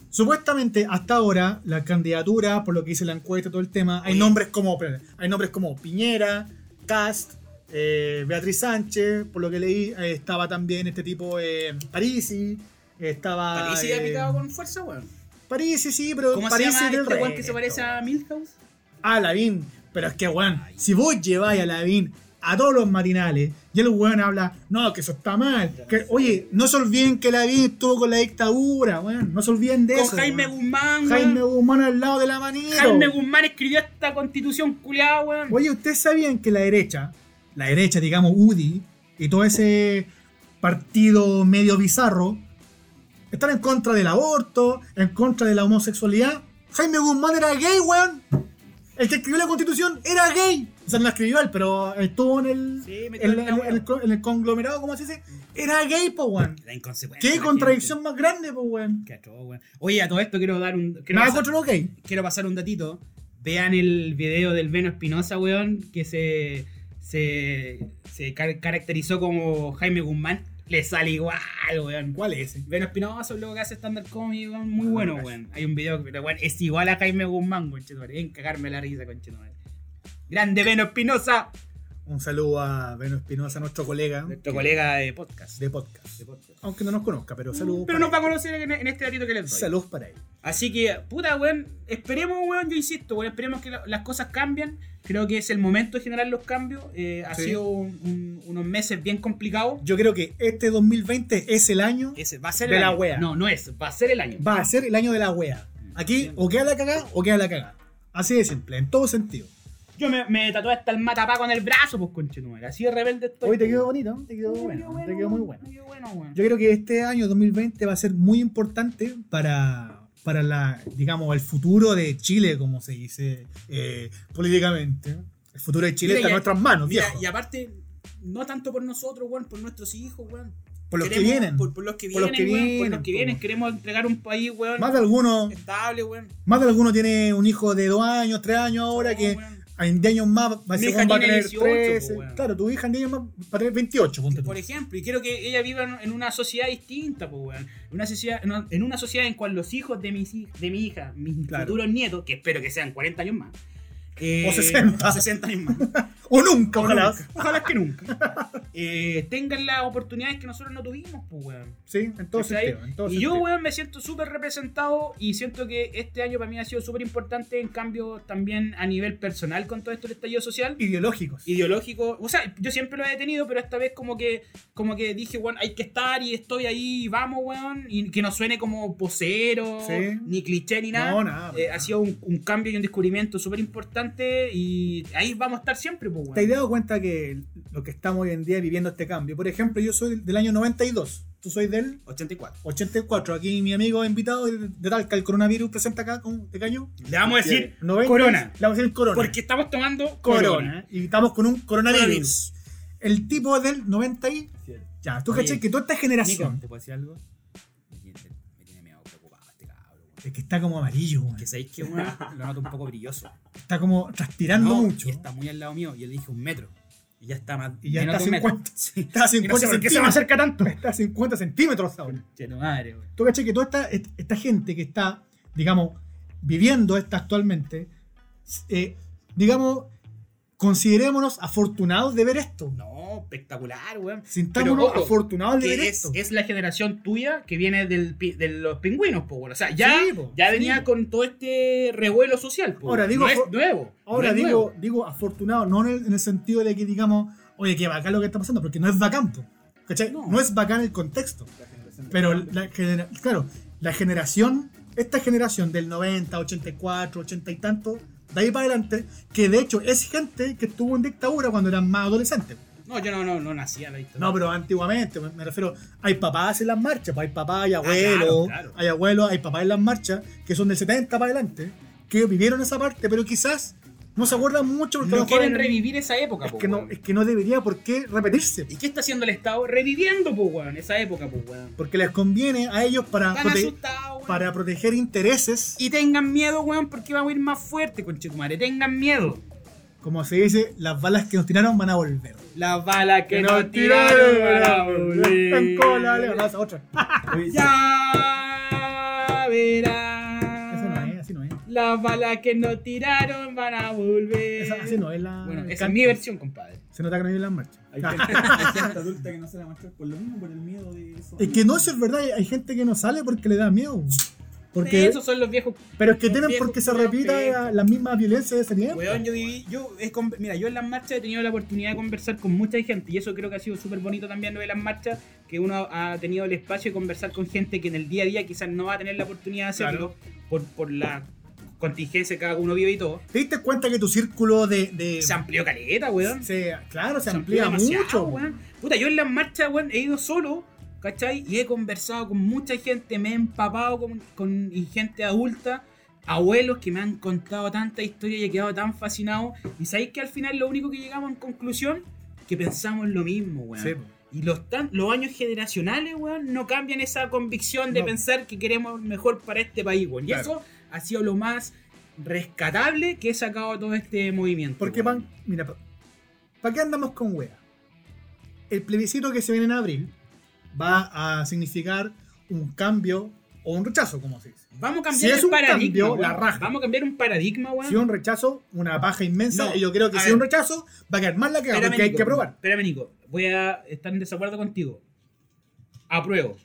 Speaker 3: Supuestamente hasta ahora la candidatura, por lo que dice la encuesta, todo el tema, hay
Speaker 4: Oye.
Speaker 3: nombres como espérate, hay nombres como Piñera, Cast, eh, Beatriz Sánchez, por lo que leí eh, estaba también este tipo eh, Parisi, estaba
Speaker 4: París se ha
Speaker 3: eh,
Speaker 4: picado con fuerza, weón.
Speaker 3: Parisi sí, pero
Speaker 4: ¿Cómo
Speaker 3: Parisi
Speaker 4: se llama
Speaker 3: del
Speaker 4: este weón que
Speaker 3: resto.
Speaker 4: se parece a Milhouse?
Speaker 3: Ah, Lavín, pero es que weón, si vos lleváis a Lavín a todos los matinales. Y el weón habla, no, que eso está mal. Que, oye, no se olviden que la vi estuvo con la dictadura, weón. No se olviden de
Speaker 4: Con
Speaker 3: eso.
Speaker 4: Jaime
Speaker 3: weón.
Speaker 4: Guzmán, weón.
Speaker 3: Jaime Guzmán al lado de la manito.
Speaker 4: Jaime Guzmán escribió esta constitución culiada, weón.
Speaker 3: Oye, ¿ustedes sabían que la derecha, la derecha, digamos, UDI, y todo ese partido medio bizarro, están en contra del aborto, en contra de la homosexualidad? Jaime Guzmán era gay, weón. El que escribió la constitución era gay. O sea, no la escribió él, pero estuvo en el,
Speaker 4: Sí, me
Speaker 3: en,
Speaker 4: acuerdo
Speaker 3: la-
Speaker 4: de la
Speaker 3: en el co- en el conglomerado, ¿cómo se dice? Era gay, po, weón.
Speaker 4: La inconsecuencia.
Speaker 3: Qué
Speaker 4: la
Speaker 3: contradicción más grande, po, weón.
Speaker 4: gente. Qué atroz, weón. Oye, a todo esto quiero dar un. Quiero,
Speaker 3: Nada
Speaker 4: pasar,
Speaker 3: contra los gay.
Speaker 4: quiero pasar un datito. Vean el video del Veno Espinosa, weón, que se. se. se car- caracterizó como Jaime Guzmán. Le sale igual, weón.
Speaker 3: ¿Cuál es ese? Ah,
Speaker 4: Veno Espinosa, un loco que hace stand-up comedy, weón, muy bueno, weón. Hay un video que, pero, weón, es igual a Jaime Guzmán, conchetumare. Ven cagarme la risa, conchetumare. Grande Veno Espinosa,
Speaker 3: Un saludo a Beno Espinosa, nuestro colega
Speaker 4: nuestro colega de podcast.
Speaker 3: de podcast. Aunque no nos conozca, pero saludos.
Speaker 4: Mm, Pero
Speaker 3: para
Speaker 4: nos va a conocer en, en este ratito que les
Speaker 3: él.
Speaker 4: doy.
Speaker 3: Saludos para él.
Speaker 4: Así que, puta, weón, esperemos, weón, yo insisto, weón, esperemos que la- las cosas cambien. Creo que es el momento de generar los cambios. Eh, ha
Speaker 3: Sí.
Speaker 4: sido un- un- unos meses bien complicados.
Speaker 3: Yo creo que este 2020 es el año,
Speaker 4: Ese va a ser
Speaker 3: De
Speaker 4: el
Speaker 3: la
Speaker 4: año.
Speaker 3: wea.
Speaker 4: No, no es, va a ser el año.
Speaker 3: va a ser el año de la wea. Aquí o queda la cagada o queda la cagada. Así de simple, en todo sentido.
Speaker 4: Yo me, me tatué hasta el matapaco en el brazo, pues conchetumare. Así de rebelde estoy.
Speaker 3: Hoy te quedó bonito, te quedó
Speaker 4: Me
Speaker 3: bueno, te
Speaker 4: bueno,
Speaker 3: quedó muy
Speaker 4: me
Speaker 3: bueno.
Speaker 4: quedó bueno, weón.
Speaker 3: Yo creo que este año 2020 va a ser muy importante para, para la, digamos, el futuro de Chile, como se dice eh, políticamente. El futuro de Chile
Speaker 4: Mira,
Speaker 3: está en
Speaker 4: y-
Speaker 3: nuestras manos,
Speaker 4: Mira,
Speaker 3: viejo.
Speaker 4: y aparte, no tanto por nosotros, weón, por nuestros hijos, weón.
Speaker 3: por los que
Speaker 4: Queremos-
Speaker 3: vienen.
Speaker 4: Por, por los que
Speaker 3: Por
Speaker 4: vienen,
Speaker 3: los que
Speaker 4: weón, por los
Speaker 3: vienen,
Speaker 4: que
Speaker 3: po,
Speaker 4: vienen.
Speaker 3: weón.
Speaker 4: Queremos entregar un país, weón,
Speaker 3: Más de alguno,
Speaker 4: estable, weón.
Speaker 3: más de alguno tiene un hijo de dos años, tres años ahora que
Speaker 4: Weón.
Speaker 3: en 10 años más va a
Speaker 4: Oh, Mi
Speaker 3: ser
Speaker 4: hija
Speaker 3: va a
Speaker 4: tiene
Speaker 3: tener
Speaker 4: 18,
Speaker 3: 13.
Speaker 4: po, weón.
Speaker 3: Claro, tu hija en 10 años más va a tener 28, ponte tú.
Speaker 4: Por ejemplo, y quiero que ella viva en- en una sociedad distinta, pues, weón. En Una sociedad, en una- en una sociedad en cual los hijos de, mis, hij- de mi hija, mis
Speaker 3: Claro.
Speaker 4: futuros nietos, que espero que sean 40 años más. eh,
Speaker 3: O 60.
Speaker 4: 60 años más.
Speaker 3: O nunca, ojalá.
Speaker 4: Ojalá que nunca. Eh, tengan las oportunidades que nosotros no tuvimos, pues, weón.
Speaker 3: Sí, en todo
Speaker 4: ¿Cachai?
Speaker 3: sentido. en todo
Speaker 4: Y yo,
Speaker 3: sentido.
Speaker 4: weón, me siento súper representado y siento que este año para mí ha sido súper importante, en cambio, también a nivel personal con todo esto del estallido social
Speaker 3: Ideológicos.
Speaker 4: ideológico. O sea, yo siempre lo he detenido, pero esta vez como que, como que dije, weón, hay que estar y estoy ahí, y vamos, weón. Y que no suene como posero,
Speaker 3: Sí.
Speaker 4: ni cliché, ni nada.
Speaker 3: No, nada.
Speaker 4: Eh,
Speaker 3: nada.
Speaker 4: ha sido un, un cambio y un descubrimiento súper importante y ahí vamos a estar siempre, pues,
Speaker 3: ¿Te has
Speaker 4: weón.
Speaker 3: dado cuenta que lo que estamos hoy en día viviendo este cambio? Por ejemplo, yo soy del año 92. Tú soy del
Speaker 4: 84.
Speaker 3: 84. Aquí mi amigo invitado de, de Talca, el coronavirus presenta acá, con, ¿de caño?
Speaker 4: Le vamos a decir
Speaker 3: 90,
Speaker 4: Corona.
Speaker 3: Le vamos a decir corona.
Speaker 4: porque estamos tomando
Speaker 3: corona.
Speaker 4: corona.
Speaker 3: Y estamos con un coronavirus.
Speaker 4: Coronavirus.
Speaker 3: El tipo es del 90 y... Ya, tú
Speaker 2: Oye,
Speaker 3: caché que toda esta generación...
Speaker 2: ¿te puedo
Speaker 4: pues,
Speaker 2: decir algo? Me tiene- me tiene medio preocupado este cabrón. weón.
Speaker 3: Es que está como amarillo, weón.
Speaker 2: Que sabéis que weón, lo noto un poco brilloso.
Speaker 3: Está como transpirando
Speaker 2: No,
Speaker 3: mucho.
Speaker 2: Y está muy al lado mío. Yo le dije un metro. Y ya está más.
Speaker 3: Y ya
Speaker 2: menos
Speaker 3: está
Speaker 2: de un metro.
Speaker 3: 50. Está a 50 centímetros.
Speaker 4: acerca tanto.
Speaker 3: Está a 50 centímetros ahora.
Speaker 2: Cheno madre, weón.
Speaker 3: Tú caché que toda esta, est- esta gente que está, digamos, viviendo esta actualmente, eh, digamos, considerémonos afortunados de ver esto.
Speaker 4: No, espectacular, weón.
Speaker 3: Sintámonos
Speaker 4: ojo,
Speaker 3: afortunados de ver
Speaker 4: que es,
Speaker 3: esto.
Speaker 4: es la generación tuya que viene del, pi- de los pingüinos, po, bueno. o sea, ya,
Speaker 3: Sí, po,
Speaker 4: ya
Speaker 3: sí,
Speaker 4: venía
Speaker 3: po.
Speaker 4: con todo este revuelo social. po.
Speaker 3: Ahora digo,
Speaker 4: no es
Speaker 3: por-
Speaker 4: nuevo. no
Speaker 3: Ahora
Speaker 4: es
Speaker 3: digo,
Speaker 4: nuevo.
Speaker 3: digo afortunado, no en el, en el sentido de que digamos, oye, qué bacán lo que está pasando, porque no es bacán, po, ¿cachai? No.
Speaker 4: No.
Speaker 3: es bacán el contexto. Pero, la genera- claro, la generación, esta generación del 90, 84, 80 y tanto, de ahí para adelante, que de hecho es gente que estuvo en dictadura cuando eran más adolescentes.
Speaker 4: No, yo no, no, no nací a la dictadura.
Speaker 3: No, pero antiguamente, me me refiero, hay papás en las marchas, pues, hay papás, hay abuelos,
Speaker 4: Ah, claro, claro.
Speaker 3: hay abuelos, hay papás en las marchas, que son del 70 para adelante, que vivieron esa parte, pero quizás no se acuerdan mucho porque a lo
Speaker 4: no
Speaker 3: mejor
Speaker 4: quieren
Speaker 3: en-
Speaker 4: revivir esa
Speaker 5: Ah,
Speaker 4: época,
Speaker 3: Es
Speaker 4: po,
Speaker 5: pues,
Speaker 3: que, no,
Speaker 4: weón.
Speaker 3: es que no debería por qué repetirse,
Speaker 4: ¿Y qué está haciendo el Estado? Reviviendo, po, weón, esa época, po, weón.
Speaker 3: porque les conviene a ellos para,
Speaker 4: Están
Speaker 3: prote-
Speaker 4: asustados, weón.
Speaker 3: para proteger intereses
Speaker 4: Y tengan miedo, weón, porque vamos a ir más fuerte, conchetumare. Tengan miedo.
Speaker 3: Como se dice, las balas que nos tiraron van a volver.
Speaker 4: Las balas que, nos tiraron para volver.
Speaker 3: En cola, le agarras a otra.
Speaker 4: Ya
Speaker 3: Eso no es,
Speaker 4: verás.
Speaker 3: así no es.
Speaker 4: Las balas que nos tiraron van a volver.
Speaker 3: Esa, así no es la.
Speaker 4: Bueno,
Speaker 3: el
Speaker 4: esa es
Speaker 3: canto.
Speaker 4: mi versión, compadre.
Speaker 3: Se nota que no hay la marcha.
Speaker 5: Hay gente, hay gente adulta que no se la muestra por lo mismo, por el miedo de eso.
Speaker 3: Es que no, eso es verdad. Hay gente que no sale porque le da miedo. Porque,
Speaker 4: Esos son los viejos.
Speaker 3: pero es que
Speaker 4: los
Speaker 3: tienen
Speaker 4: viejos
Speaker 3: porque se
Speaker 4: culiados
Speaker 3: repita
Speaker 4: pencas.
Speaker 3: las mismas violencias de ese tiempo.
Speaker 4: Weón, yo viví, yo, es con- mira, yo en las marchas he tenido la oportunidad de conversar con mucha gente y eso creo que ha sido súper bonito también lo de las marchas, que uno ha tenido el espacio de conversar con gente que en el día a día quizás no va a tener la oportunidad de hacerlo por, por la contingencia que cada uno vive y todo.
Speaker 3: ¿Te diste cuenta que tu círculo de. de-
Speaker 4: Se amplió caleta, weón.
Speaker 3: se- claro, se, amplía,
Speaker 4: demasiado,
Speaker 3: mucho.
Speaker 4: weón. Puta, yo en las marchas, weón, he ido solo, ¿cachai? Y he conversado con mucha gente, me he empapado con, con y gente adulta, abuelos que me han contado tanta historia y he quedado tan fascinado. Y sabéis que al final lo único que llegamos en conclusión, que pensamos lo mismo, weón.
Speaker 3: Sí, po.
Speaker 4: Y los, tan, los años generacionales, weón, no cambian esa convicción de
Speaker 3: No.
Speaker 4: pensar que queremos mejor para este país, weón. Y
Speaker 3: Claro.
Speaker 4: eso ha sido lo más rescatable que he sacado de todo este movimiento.
Speaker 3: Porque,
Speaker 4: weón.
Speaker 3: pan, mira, ¿para qué andamos con wea? El plebiscito que se viene en abril va a significar un cambio o un rechazo, como se dice.
Speaker 4: Vamos a
Speaker 3: Si
Speaker 4: cambiar
Speaker 3: es
Speaker 4: el
Speaker 3: un
Speaker 4: paradigma.
Speaker 3: cambio,
Speaker 4: weón.
Speaker 3: la raja.
Speaker 4: Vamos a cambiar un paradigma, weón.
Speaker 3: Si un rechazo, una paja inmensa.
Speaker 4: No,
Speaker 3: y yo creo que
Speaker 4: a
Speaker 3: si
Speaker 4: ver.
Speaker 3: un rechazo, va a quedar más la que
Speaker 4: Espérame,
Speaker 3: porque hay
Speaker 4: Nico.
Speaker 3: que aprobar.
Speaker 4: Espérame, Nico. Voy a estar en desacuerdo contigo. Apruebo.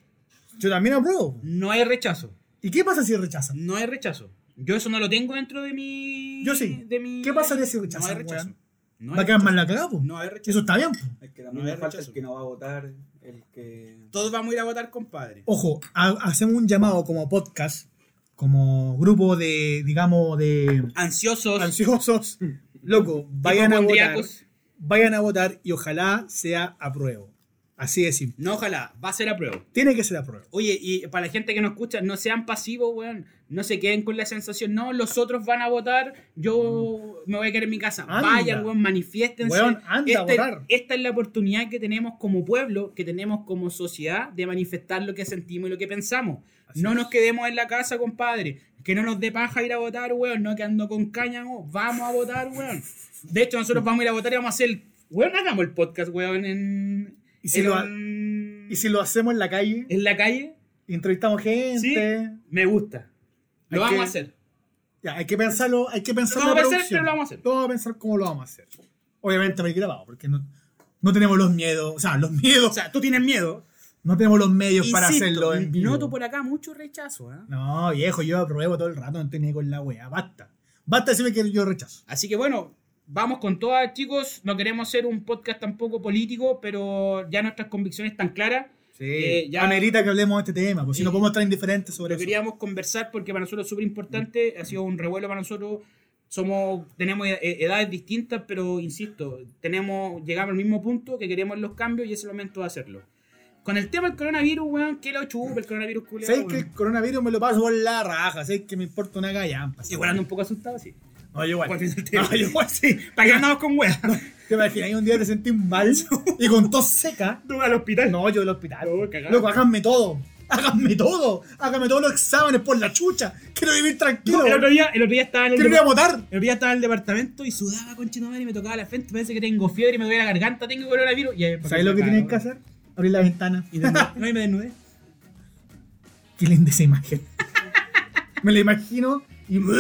Speaker 3: Yo también apruebo.
Speaker 4: No hay rechazo.
Speaker 3: ¿Y qué pasa si rechazan?
Speaker 4: No hay rechazo. Yo eso no lo tengo dentro de mi.
Speaker 3: Yo sí.
Speaker 4: De mi...
Speaker 3: ¿Qué pasaría si
Speaker 4: No hay
Speaker 3: rechazan,
Speaker 4: rechazo.
Speaker 3: weón?
Speaker 4: No hay
Speaker 3: Va a quedar
Speaker 4: rechazo.
Speaker 3: más la cagada, po.
Speaker 5: No, hay rechazo.
Speaker 3: Eso está bien. po.
Speaker 5: Es que también
Speaker 4: No hay
Speaker 5: me falta
Speaker 4: rechazo.
Speaker 5: el que no va a votar, el que...
Speaker 4: Todos vamos a ir a votar, compadre.
Speaker 3: Ojo, ha- hacemos un llamado como podcast, como grupo de, digamos, de
Speaker 4: Ansiosos.
Speaker 3: ansiosos. Loco, vayan a votar.
Speaker 4: hipocondriacos.
Speaker 3: Vayan a votar y ojalá sea apruebo. Así de simple.
Speaker 4: No, ojalá. Va a ser apruebo.
Speaker 3: Tiene que ser apruebo.
Speaker 4: Oye, y para la gente que nos escucha, no sean pasivos, weón. No se queden con la sensación, no, los otros van a votar, yo me voy a quedar en mi casa.
Speaker 3: Mm. Anda.
Speaker 4: Vayan, weón, manifiéstense.
Speaker 3: Weón, anda a
Speaker 4: Este-
Speaker 3: votar.
Speaker 4: Esta es la oportunidad que tenemos como pueblo, que tenemos como sociedad, de manifestar lo que sentimos y lo que pensamos. no nos quedemos en la casa, compadre. Que no nos dé paja ir a votar, weón. No que ando con caña, no. Vamos a votar, weón. De hecho, nosotros vamos a ir a votar y vamos a hacer. Weón, hagamos el podcast, weón, en.
Speaker 3: ¿Y si
Speaker 4: en
Speaker 3: lo ha-
Speaker 4: un-
Speaker 3: Y si lo hacemos en la calle,
Speaker 4: en la calle.
Speaker 3: entrevistamos gente.
Speaker 4: Sí. Me gusta. Lo
Speaker 3: Hay
Speaker 4: vamos
Speaker 3: que-
Speaker 4: a hacer.
Speaker 3: Ya, hay que pensarlo, hay que pensar
Speaker 4: No
Speaker 3: la
Speaker 4: lo vamos a hacer,
Speaker 3: producción.
Speaker 4: pero lo vamos a hacer.
Speaker 3: Lo vamos a pensar cómo lo vamos a hacer. Obviamente va a ir grabado, porque no, no tenemos los miedos, o sea, los miedos,
Speaker 4: O sea, Ah, tú tienes miedo.
Speaker 3: no tenemos los medios para
Speaker 4: Insisto,
Speaker 3: hacerlo en vivo.
Speaker 4: Noto por acá mucho rechazo. ¿ah?
Speaker 3: No, viejo, yo apruebo todo el rato, no estoy ni con la wea, basta. Basta decirme que yo rechazo.
Speaker 4: Así que bueno, vamos con todas, chicos. No queremos ser un podcast tampoco político, pero ya nuestras convicciones están claras.
Speaker 3: Sí,
Speaker 4: Eh, ya-
Speaker 3: amerita que hablemos de este tema, porque si
Speaker 4: Eh,
Speaker 3: no podemos estar indiferentes sobre
Speaker 4: Lo
Speaker 3: eso.
Speaker 4: queríamos conversar porque para nosotros es súper importante. Ha sido un revuelo para nosotros. Somos, tenemos ed- edades distintas, pero insisto, tenemos, llegamos al mismo punto que queremos los cambios y es el momento de hacerlo. Con el tema del coronavirus, weón, que la chupa el coronavirus
Speaker 3: Mm.
Speaker 4: culiao,
Speaker 3: ¿Sabes
Speaker 4: weón.
Speaker 3: que el coronavirus me lo paso por la raja? ¿Sabes que me importa una gallampa?
Speaker 4: Igual ando un poco asustado, sí.
Speaker 3: No, yo igual.
Speaker 4: ¿Cuál es el tema?
Speaker 3: No, yo igual sí.
Speaker 4: ¿Para qué andamos con weas?
Speaker 3: ¿Te imaginas? Un día te sentís mal y con tos seca.
Speaker 4: Tú al hospital.
Speaker 3: No, yo del hospital.
Speaker 4: No, cagado.
Speaker 3: Loco, háganme todo. Háganme todo. Háganme todos los exámenes por la chucha. Quiero vivir tranquilo.
Speaker 4: el, otro día, el otro día estaba en el
Speaker 3: Quiero ir a
Speaker 4: departamento.
Speaker 3: votar.
Speaker 4: El otro día estaba en el departamento y sudaba con chino y me tocaba la frente. Parece que tengo fiebre y me duele la garganta, tengo coronavirus. Y ahí-
Speaker 3: ¿Sabes lo que
Speaker 4: Ah,
Speaker 3: tienes que
Speaker 4: bueno.
Speaker 3: hacer? Abrir la ventana.
Speaker 4: Y desnudé- no, y me desnudé.
Speaker 3: Qué linda esa imagen. Me la imagino y. uh,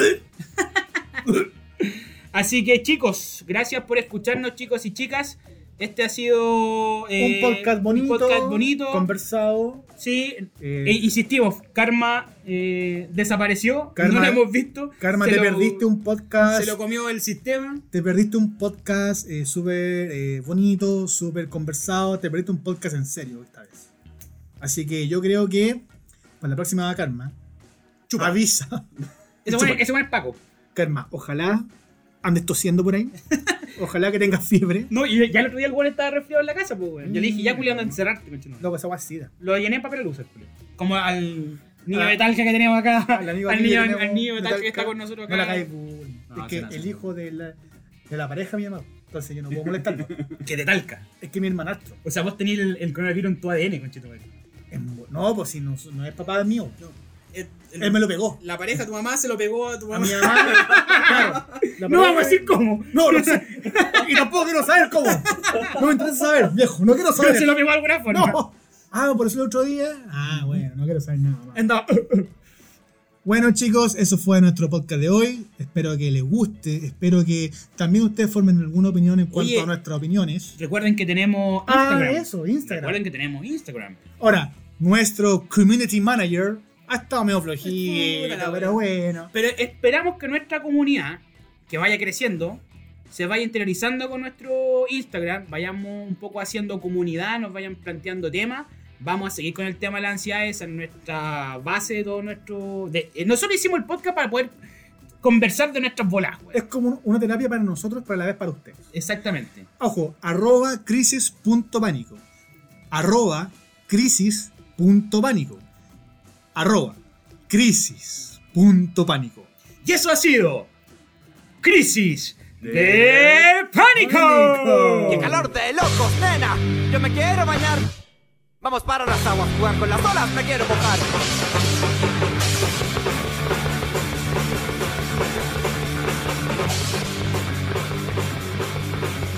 Speaker 4: Así que chicos, gracias por escucharnos, chicos y chicas. Este ha sido eh,
Speaker 3: un podcast bonito.
Speaker 4: Un podcast bonito.
Speaker 3: Conversado.
Speaker 4: sí,
Speaker 3: Eh,
Speaker 4: e- insistimos, Karma eh, desapareció.
Speaker 3: Karma-
Speaker 4: no lo hemos visto.
Speaker 3: Karma,
Speaker 4: Se
Speaker 3: te
Speaker 4: lo-
Speaker 3: perdiste un podcast.
Speaker 4: Se lo comió el sistema.
Speaker 3: Te perdiste un podcast eh, súper eh, bonito, súper conversado. Te perdiste un podcast en serio esta vez. Así que yo creo que para la próxima Karma,
Speaker 4: Ah.
Speaker 3: avisa. Chupa.
Speaker 4: Ese bueno, ese bueno es Paco.
Speaker 3: Karma, ojalá andes tosiendo por ahí. Ojalá que tengas fiebre.
Speaker 4: No, y ya el otro día el weón estaba resfriado en la casa, pues, weón. Yo le dije, ya, culiado, anda a encerrarte, conchetumare.
Speaker 3: No, esa guasida.
Speaker 4: Lo llené en papel alusa, culiao. Como al niño
Speaker 3: Ah.
Speaker 4: de Talca que tenemos acá. Al,
Speaker 3: amigo aquí
Speaker 4: niño,
Speaker 3: que tenemos
Speaker 4: al niño de Talca que está
Speaker 3: Talca.
Speaker 4: con nosotros
Speaker 3: No la
Speaker 4: acá.
Speaker 3: caes, bullying.
Speaker 4: No,
Speaker 3: es que
Speaker 4: se la
Speaker 3: el
Speaker 4: hace,
Speaker 3: hijo de la, de la pareja mi mamá. Entonces yo no puedo molestarlo.
Speaker 4: que de Talca.
Speaker 3: es que mi hermanastro.
Speaker 4: O sea, vos tenés el, el coronavirus en tu ADN, conchetumare.
Speaker 3: es mo- no, pues si no, no es papá mío.
Speaker 4: Eh,
Speaker 3: Él me
Speaker 4: El-
Speaker 3: lo pegó.
Speaker 4: La pareja, tu mamá se lo pegó a tu
Speaker 3: A mi mamá. claro, la
Speaker 4: No vamos a
Speaker 3: pareja-
Speaker 4: decir cómo.
Speaker 3: No, no sé. Y tampoco quiero saber cómo. No me interesa saber, viejo. No quiero
Speaker 4: Pero
Speaker 3: saber.
Speaker 4: se lo pegó de alguna forma.
Speaker 3: No. Ah, por eso el otro día. Ah, bueno, no quiero saber nada más.
Speaker 4: Anda.
Speaker 3: Bueno chicos, eso fue nuestro podcast de hoy. Espero que les guste. Espero que también ustedes formen alguna opinión en cuanto
Speaker 4: Oye.
Speaker 3: a nuestras opiniones.
Speaker 4: Recuerden que tenemos
Speaker 3: Ah,
Speaker 4: Instagram.
Speaker 3: eso, Instagram.
Speaker 4: Recuerden que tenemos Instagram.
Speaker 3: Ahora, nuestro community manager Ha estado medio flojito,
Speaker 4: Puta la
Speaker 3: pero bueno.
Speaker 4: Pero esperamos que nuestra comunidad, que vaya creciendo, se vaya interiorizando con nuestro Instagram, vayamos un poco haciendo comunidad, nos vayan planteando temas. Vamos a seguir con el tema de la ansiedad, esa es nuestra base de todo nuestro. de- eh, nosotros hicimos el podcast para poder conversar de nuestras bolas, güey.
Speaker 3: Es como un- una terapia para nosotros, pero a la vez para usted.
Speaker 4: Exactamente.
Speaker 3: Ojo, arroba crisis.pánico. Arroba crisis.pánico. Arroba crisis.pánico.
Speaker 4: Y eso ha sido. Crisis de
Speaker 3: Pánico.
Speaker 4: Pánico.
Speaker 1: ¡Qué calor de locos, nena! Yo me quiero bañar. Vamos para las aguas, jugar con las olas, me quiero mojar.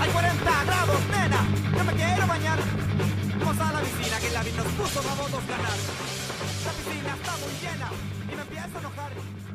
Speaker 1: Hay 40 grados, nena. Yo me quiero bañar. Vamos a la piscina que la vida nos puso, vamos a ganar. La piscina está muy llena y me empiezo a enojar.